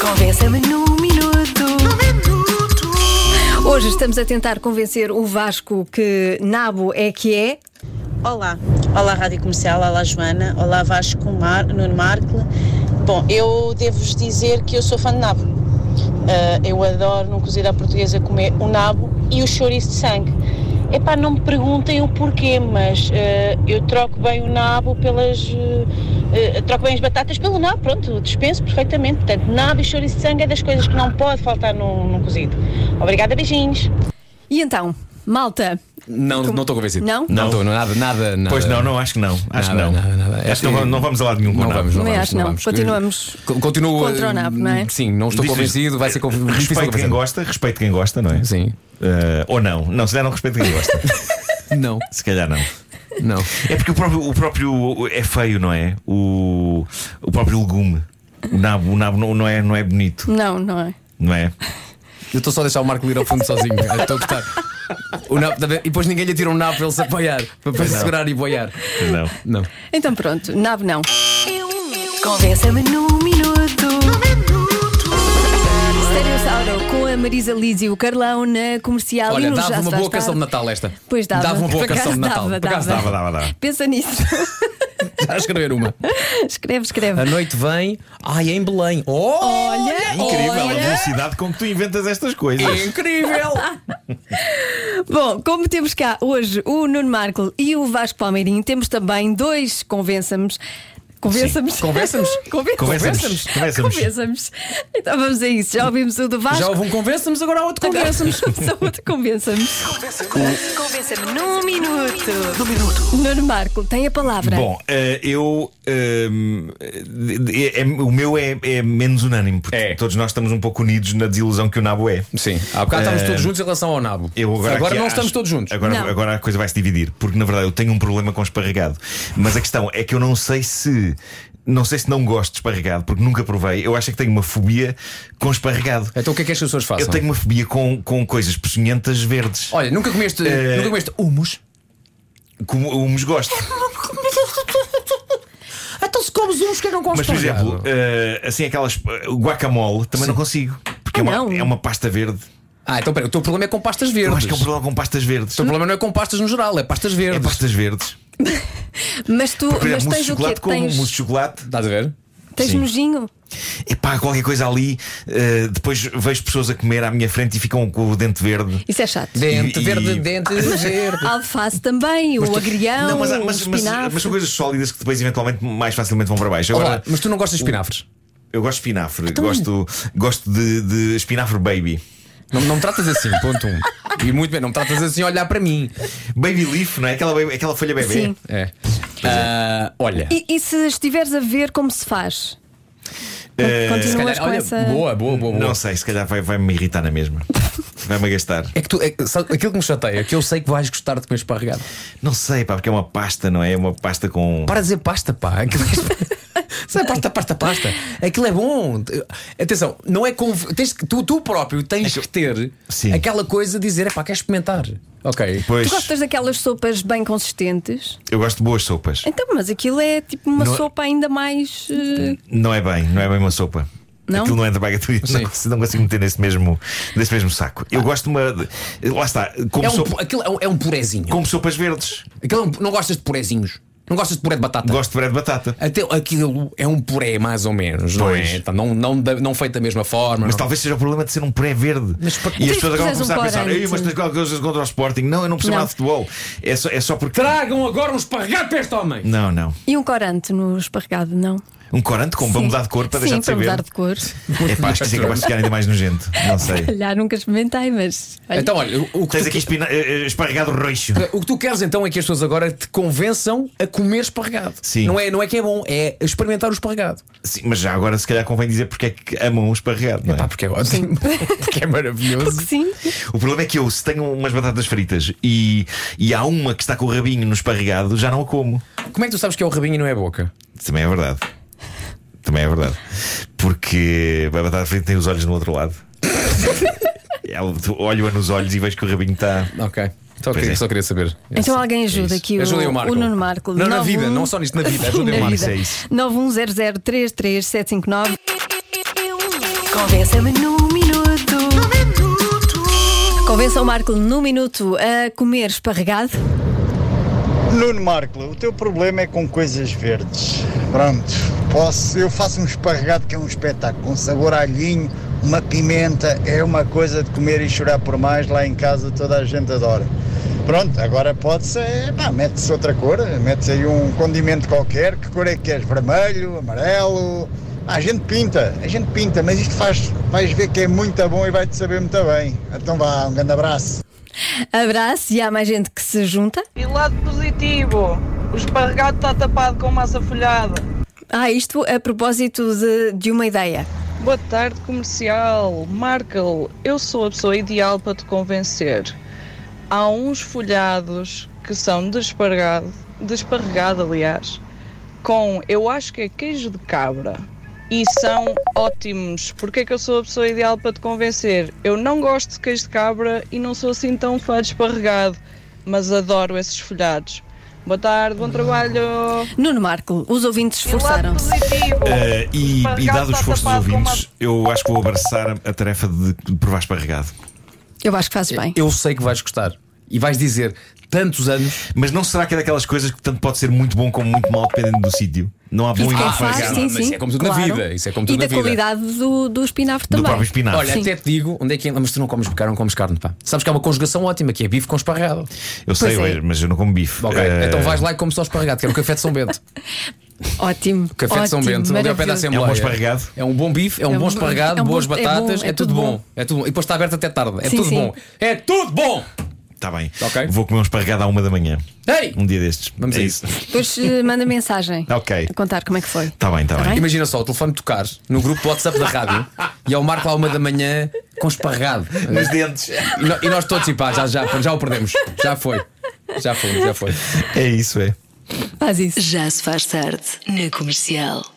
[SPEAKER 5] Convença-me num minuto.
[SPEAKER 1] Hoje estamos a tentar convencer o Vasco que Nabo é que é.
[SPEAKER 8] Olá, olá Rádio Comercial, olá Joana, olá Vasco Mar, Nuno Markle. Bom, eu devo-vos dizer que eu sou fã de nabo. Ah, eu adoro no cozido à portuguesa comer o nabo e o chouriço de sangue. Epá, não me perguntem o porquê, mas ah, eu troco bem o nabo pelas... ah, ah, troco bem as batatas pelo nabo, pronto, dispenso perfeitamente. Portanto, nabo e chouriço de sangue é das coisas que não pode faltar num, num cozido. Obrigada, beijinhos.
[SPEAKER 1] E então, malta,
[SPEAKER 3] Não, não estou convencido.
[SPEAKER 1] Então, Não?
[SPEAKER 3] Não estou, nada, nada, nada.
[SPEAKER 4] Pois não, não, acho que não.
[SPEAKER 3] Nada,
[SPEAKER 4] Acho que não.
[SPEAKER 3] nada, nada. É
[SPEAKER 4] Acho que não, vamos- não vamos a lado nenhum com
[SPEAKER 3] Não
[SPEAKER 4] o nabo.
[SPEAKER 3] vamos, não
[SPEAKER 1] Também
[SPEAKER 3] vamos,
[SPEAKER 1] acho
[SPEAKER 3] não
[SPEAKER 1] não.
[SPEAKER 3] vamos.
[SPEAKER 1] Continuamos
[SPEAKER 3] Co- Continuo
[SPEAKER 1] contra o nabo, não é?
[SPEAKER 3] Sim, não estou
[SPEAKER 4] Diz-lhes-
[SPEAKER 3] convencido, vai ser conv- difícil
[SPEAKER 4] Respeito quem
[SPEAKER 3] convencer.
[SPEAKER 4] gosta, respeito quem gosta, não é?
[SPEAKER 3] Sim.
[SPEAKER 4] Eh, ou não. Não, se calhar não respeito quem gosta.
[SPEAKER 3] Não,
[SPEAKER 4] se calhar não.
[SPEAKER 3] não.
[SPEAKER 4] É porque o próprio, o próprio é feio, não é? O, o próprio legume. O nabo, o nabo não, não é, não é bonito,
[SPEAKER 1] não, não é?
[SPEAKER 4] não é?
[SPEAKER 3] Eu estou só a deixar o Marco ir ao fundo sozinho. Eu Estou a gostar. O nabo, tá bem? e depois ninguém lhe tira um nabo para ele se apoiar, para, para se segurar e boiar.
[SPEAKER 4] Pois Não.
[SPEAKER 3] Não.
[SPEAKER 1] Então pronto, Nabo não.
[SPEAKER 5] Convença-me num minuto.
[SPEAKER 1] Stereo Sauro com a Marisa Liz e o Carlão na comercial e
[SPEAKER 3] Olha,
[SPEAKER 1] no
[SPEAKER 3] dava
[SPEAKER 1] Já
[SPEAKER 3] uma
[SPEAKER 1] Se Faz
[SPEAKER 3] boa canção de
[SPEAKER 1] Tarde.
[SPEAKER 3] Natal esta.
[SPEAKER 1] Pois dava.
[SPEAKER 3] Dava uma boa
[SPEAKER 1] Por acaso
[SPEAKER 3] canção de Natal.
[SPEAKER 1] dava,
[SPEAKER 3] Por acaso
[SPEAKER 1] dava.
[SPEAKER 4] Dava, dava, dava.
[SPEAKER 1] Pensa nisso.
[SPEAKER 3] dava. Já escrever uma.
[SPEAKER 1] escreve,
[SPEAKER 3] A
[SPEAKER 1] escreve.
[SPEAKER 3] noite vem. Ai, é em Belém. Oh, Olha! É
[SPEAKER 1] Olha,
[SPEAKER 4] Incrível a
[SPEAKER 1] olha.
[SPEAKER 4] velocidade com que tu inventas estas coisas.
[SPEAKER 3] Incrível!
[SPEAKER 1] Bom, como temos cá hoje o Nuno Marco e o Vasco Palmeirinho, temos também dois convença-nos. Convença-nos.
[SPEAKER 3] Sim, convença-nos.
[SPEAKER 1] Conven-
[SPEAKER 4] Convença-nos.
[SPEAKER 1] convença-nos.
[SPEAKER 4] Convença-nos.
[SPEAKER 1] Convença-nos. Então vamos a isso. Já ouvimos o do Vasco.
[SPEAKER 3] Já houve um convença-nos, agora há outro convença-nos.
[SPEAKER 1] Só outro convença-nos.
[SPEAKER 5] Convença-me num minuto.
[SPEAKER 1] Nuno Marco, tem a palavra.
[SPEAKER 4] Bom, eh, eu. ehm, eh, é- é- o meu é, é menos unânime, porque
[SPEAKER 3] É.
[SPEAKER 4] todos nós estamos um pouco unidos na desilusão que o nabo é.
[SPEAKER 3] Sim, há bocado estávamos todos juntos em relação ao nabo.
[SPEAKER 4] Eu agora aqui
[SPEAKER 3] não
[SPEAKER 4] acho-
[SPEAKER 3] estamos todos juntos.
[SPEAKER 4] Agora,
[SPEAKER 1] Não.
[SPEAKER 4] agora a coisa vai se dividir, porque na verdade eu tenho um problema com esparregado. Mas a questão é que eu não sei se. Não sei se não gosto de esparregado, porque nunca provei. Eu acho é que tenho uma fobia com esparregado.
[SPEAKER 3] Então o que é que as pessoas
[SPEAKER 4] Eu
[SPEAKER 3] façam?
[SPEAKER 4] tenho uma fobia com, com coisas peçonhentas verdes.
[SPEAKER 3] Olha, nunca comeste,
[SPEAKER 4] Eh,
[SPEAKER 3] nunca comeste humus?
[SPEAKER 4] Como eu os gosto.
[SPEAKER 1] É
[SPEAKER 3] Então se comes humus, que é que não comes
[SPEAKER 4] Mas, por
[SPEAKER 3] esparregado?
[SPEAKER 4] exemplo, eh, assim, aquelas. O guacamole eh, também não consigo. Porque
[SPEAKER 1] Ah,
[SPEAKER 4] é, uma,
[SPEAKER 1] não?
[SPEAKER 4] é uma pasta verde.
[SPEAKER 3] Ah, então pera, o teu problema é com pastas
[SPEAKER 4] Eu
[SPEAKER 3] verdes.
[SPEAKER 4] acho que é
[SPEAKER 3] o
[SPEAKER 4] um
[SPEAKER 3] teu
[SPEAKER 4] problema com pastas verdes.
[SPEAKER 3] problema não é com pastas no geral, é pastas
[SPEAKER 4] É
[SPEAKER 3] verdes.
[SPEAKER 4] pastas verdes.
[SPEAKER 1] Mas tu
[SPEAKER 4] Por
[SPEAKER 1] mas
[SPEAKER 4] exemplo, mousse de
[SPEAKER 1] tens o quê?
[SPEAKER 4] chocolate com
[SPEAKER 1] Tens,
[SPEAKER 4] mousse de chocolate.
[SPEAKER 3] Estás a ver?
[SPEAKER 1] tens
[SPEAKER 4] Sim.
[SPEAKER 1] nojinho?
[SPEAKER 4] Epá, qualquer coisa ali. eh, depois vejo pessoas a comer à minha frente e ficam com o dente verde.
[SPEAKER 1] Isso é chato.
[SPEAKER 3] Dente
[SPEAKER 4] E-
[SPEAKER 3] verde,
[SPEAKER 4] e-
[SPEAKER 3] dente verde.
[SPEAKER 1] Alface também, o agrião,
[SPEAKER 4] mas, há-
[SPEAKER 1] o
[SPEAKER 4] mas, mas,
[SPEAKER 1] É um espinafre.
[SPEAKER 4] mas são coisas sólidas que depois eventualmente mais facilmente vão para baixo.
[SPEAKER 3] Olá,
[SPEAKER 4] Agora,
[SPEAKER 3] mas tu não gostas de espinafres?
[SPEAKER 4] eu gosto de espinafre, gosto, gosto de, de espinafre baby.
[SPEAKER 3] Não, não me tratas assim, ponto um. E muito bem, não me tratas assim a olhar para mim.
[SPEAKER 4] Baby leaf, não é? Aquela, baby- aquela folha bebê.
[SPEAKER 1] Sim.
[SPEAKER 3] É. Ah, olha.
[SPEAKER 1] E, e se estiveres a ver como se faz?
[SPEAKER 4] Eh,
[SPEAKER 3] se
[SPEAKER 1] Continuas
[SPEAKER 3] calhar-
[SPEAKER 1] com
[SPEAKER 3] olha,
[SPEAKER 1] essa.
[SPEAKER 3] Boa, boa, boa, boa.
[SPEAKER 4] Não sei, se calhar vai- vai-me irritar na mesma. Vai-me gastar.
[SPEAKER 3] É que tu, é que- sabe, aquilo que me chateia é que eu sei que vais gostar de comer esparregado.
[SPEAKER 4] Não sei, pá, porque é uma pasta, não é? É uma pasta com.
[SPEAKER 3] Para de dizer pasta, pá. Aquilo é... Sabe, pasta, pasta, pasta. Aquilo é bom. Atenção, não é conv... tens que- tu, tu próprio tens que ter
[SPEAKER 4] Sim.
[SPEAKER 3] aquela coisa de dizer, é pá, queres experimentar. Ok.
[SPEAKER 4] Pois,
[SPEAKER 1] Tu gostas daquelas sopas bem consistentes?
[SPEAKER 4] eu gosto de boas sopas.
[SPEAKER 1] Então, mas aquilo é tipo uma
[SPEAKER 4] Não é-
[SPEAKER 1] sopa ainda mais. eh,
[SPEAKER 4] Não é bem, não é bem uma sopa.
[SPEAKER 1] Não?
[SPEAKER 4] Aquilo não é da bagatilha, não
[SPEAKER 3] Sim.
[SPEAKER 4] consigo, não consigo meter nesse mesmo, nesse mesmo saco. Eu gosto de uma. de- Lá está, como,
[SPEAKER 3] É um,
[SPEAKER 4] sopa-
[SPEAKER 3] pu- aquilo é um, é um purezinho.
[SPEAKER 4] como sopas verdes.
[SPEAKER 3] Aquilo é um- não gostas de purezinhos. Não gostas de puré de batata.
[SPEAKER 4] Gosto de puré de batata.
[SPEAKER 3] Até aquilo é um puré, mais ou menos, não
[SPEAKER 4] Pois.
[SPEAKER 3] é? Então, não, não, da- não feito da mesma forma.
[SPEAKER 4] Mas
[SPEAKER 3] não-
[SPEAKER 4] talvez seja o problema de ser um puré verde.
[SPEAKER 3] Mas por-
[SPEAKER 4] E
[SPEAKER 1] Então
[SPEAKER 4] as
[SPEAKER 1] e se
[SPEAKER 4] pessoas agora
[SPEAKER 1] fizeres um
[SPEAKER 4] começaram a pensar:
[SPEAKER 1] corante?
[SPEAKER 4] Ei, mas tens qualquer coisa contra o Sporting. Não, eu não percebo
[SPEAKER 1] Não.
[SPEAKER 4] nada de futebol. É só, é só porque.
[SPEAKER 3] Tragam agora um esparregado para este homem!
[SPEAKER 4] Não, não.
[SPEAKER 1] E um corante no esparregado, não?
[SPEAKER 4] Um corante com para
[SPEAKER 1] Sim.
[SPEAKER 4] mudar de cor para
[SPEAKER 1] Sim,
[SPEAKER 4] deixar de ser
[SPEAKER 1] para mudar
[SPEAKER 4] verde.
[SPEAKER 1] de cor.
[SPEAKER 4] É pá, acho que isso é capaz de ficar ainda mais nojento. Não sei.
[SPEAKER 1] Olha, nunca experimentei, mas. olha.
[SPEAKER 3] Então, olha, o- o que,
[SPEAKER 4] Tens
[SPEAKER 3] tu,
[SPEAKER 4] aqui espina- eh, eh, esparregado roxo.
[SPEAKER 3] o que tu queres então é que as pessoas agora te convençam a comer esparregado.
[SPEAKER 4] Sim.
[SPEAKER 3] Não, é, não é que é bom, é experimentar o esparregado.
[SPEAKER 4] Sim, mas já agora, se calhar, convém dizer porque é que amam o esparregado, não é?
[SPEAKER 3] Pá, porque é ótimo. porque é maravilhoso.
[SPEAKER 1] Sim,
[SPEAKER 4] O problema é que eu, se tenho umas batatas fritas e, e há uma que está com o rabinho no esparregado, já não a como.
[SPEAKER 3] Como é que tu sabes que é o rabinho e não é a boca?
[SPEAKER 4] Também é verdade. Também é verdade. Porque a batata frita tem os olhos no outro lado. Ela- tu Olho-a nos olhos e vejo que o rabinho está.
[SPEAKER 3] Ok. Então,
[SPEAKER 4] Pois
[SPEAKER 3] queria-
[SPEAKER 4] é.
[SPEAKER 3] só queria saber.
[SPEAKER 1] então alguém ajuda
[SPEAKER 4] assim, isso. É
[SPEAKER 1] aqui o,
[SPEAKER 3] Ajudem o Marco.
[SPEAKER 1] o Nuno Marco.
[SPEAKER 3] Não, na
[SPEAKER 1] 91
[SPEAKER 3] vida, não só nisto, na vida. Ajudem
[SPEAKER 1] Na
[SPEAKER 3] o Marco.
[SPEAKER 1] vida.
[SPEAKER 4] é isso.
[SPEAKER 1] 910033759.
[SPEAKER 5] Convença-me num minuto.
[SPEAKER 1] Convença o Marco num minuto a comer esparregado.
[SPEAKER 9] Nuno Marco, o teu problema é com coisas verdes. Pronto, posso, eu faço um esparregado que é um espetáculo, com sabor a alhinho, uma pimenta, é uma coisa de comer e chorar por mais, lá em casa toda a gente adora. Pronto, agora pode-se, é, pá, mete-se outra cor, mete-se aí um condimento qualquer, que cor é que queres? Vermelho, amarelo? Ah, a gente pinta, a gente pinta, mas isto faz, vais ver que é muito bom e vai-te saber muito bem. Então vá, um grande abraço.
[SPEAKER 1] Abraço e há mais gente que se junta.
[SPEAKER 10] E lado positivo, o esparregado está tapado com massa folhada.
[SPEAKER 1] Ah, isto a propósito de, de uma ideia.
[SPEAKER 10] Boa tarde, comercial. Markel, eu sou a pessoa ideal para te convencer. Há uns folhados que são de esparregado, de esparregado, aliás, com, eu acho que é queijo de cabra. E são ótimos. Porque é que eu sou a pessoa ideal para te convencer? Eu não gosto de queijo de cabra e não sou assim tão fã de esparregado, mas adoro esses folhados. Boa tarde, bom trabalho.
[SPEAKER 1] Nuno Marco, os ouvintes esforçaram-se.
[SPEAKER 4] Eh, e, e dado o esforço dos
[SPEAKER 10] Esparregado está
[SPEAKER 4] ouvintes, eu acho que vou abraçar a, a tarefa de, de provar esparregado.
[SPEAKER 1] Eu acho que fazes bem.
[SPEAKER 3] Eu sei que vais gostar. E vais dizer tantos anos.
[SPEAKER 4] Mas não será que é daquelas coisas que tanto pode ser muito bom como muito mal, dependendo do sítio? Não há bom
[SPEAKER 1] E
[SPEAKER 4] e
[SPEAKER 1] quem
[SPEAKER 4] mau
[SPEAKER 1] faz,
[SPEAKER 4] esparregado.
[SPEAKER 1] sim,
[SPEAKER 3] mas
[SPEAKER 1] sim.
[SPEAKER 3] isso é como tudo na vida, isso é como tudo
[SPEAKER 1] e
[SPEAKER 3] na
[SPEAKER 1] da
[SPEAKER 3] vida.
[SPEAKER 1] qualidade do, do espinafre
[SPEAKER 4] Do
[SPEAKER 1] também.
[SPEAKER 4] próprio espinafre.
[SPEAKER 3] Olha, até te digo onde é que. Mas tu não comes pecar, não comes carne, pá. Sabes que há uma conjugação ótima que é bife com esparregado.
[SPEAKER 4] Eu sei,
[SPEAKER 1] Pois é.
[SPEAKER 4] eu- mas eu não como bife.
[SPEAKER 3] Ok,
[SPEAKER 4] Eh,
[SPEAKER 3] então vais lá e comes só esparregado, que é o café de São Bento.
[SPEAKER 1] Ótimo.
[SPEAKER 3] Café
[SPEAKER 1] ótimo,
[SPEAKER 3] de São Bento, ali ao pé
[SPEAKER 1] maravilhoso.
[SPEAKER 3] da Assembleia.
[SPEAKER 4] É um bom esparregado.
[SPEAKER 3] É um bom bife, é um
[SPEAKER 1] É um
[SPEAKER 3] bom
[SPEAKER 1] bom-
[SPEAKER 3] esparregado,
[SPEAKER 1] é um bom-
[SPEAKER 3] boas
[SPEAKER 1] é bom,
[SPEAKER 3] batatas, é, tudo bom. É tudo bom. E depois está aberto até tarde. É
[SPEAKER 1] Sim,
[SPEAKER 3] tudo
[SPEAKER 1] sim.
[SPEAKER 3] bom. É tudo bom!
[SPEAKER 4] Tá bem.
[SPEAKER 3] Ok.
[SPEAKER 4] Vou comer um esparregado à uma da manhã.
[SPEAKER 3] Ei!
[SPEAKER 4] Um dia destes.
[SPEAKER 3] Vamos
[SPEAKER 4] é
[SPEAKER 3] a
[SPEAKER 4] isso.
[SPEAKER 1] Depois eh, manda
[SPEAKER 3] Tá
[SPEAKER 1] mensagem
[SPEAKER 4] Ok.
[SPEAKER 1] a contar como é que foi.
[SPEAKER 4] Tá bem, tá bem.
[SPEAKER 3] Imagina só, o telefone tocar no grupo do WhatsApp da rádio e ao Marco lá uma da manhã com esparregado.
[SPEAKER 4] Nos dentes.
[SPEAKER 3] E, no- e nós todos, tipo, pá, já, já, já o perdemos. Já foi. Já foi, já foi.
[SPEAKER 4] É isso, é.
[SPEAKER 1] Faz isso.
[SPEAKER 5] Já se faz tarde na comercial.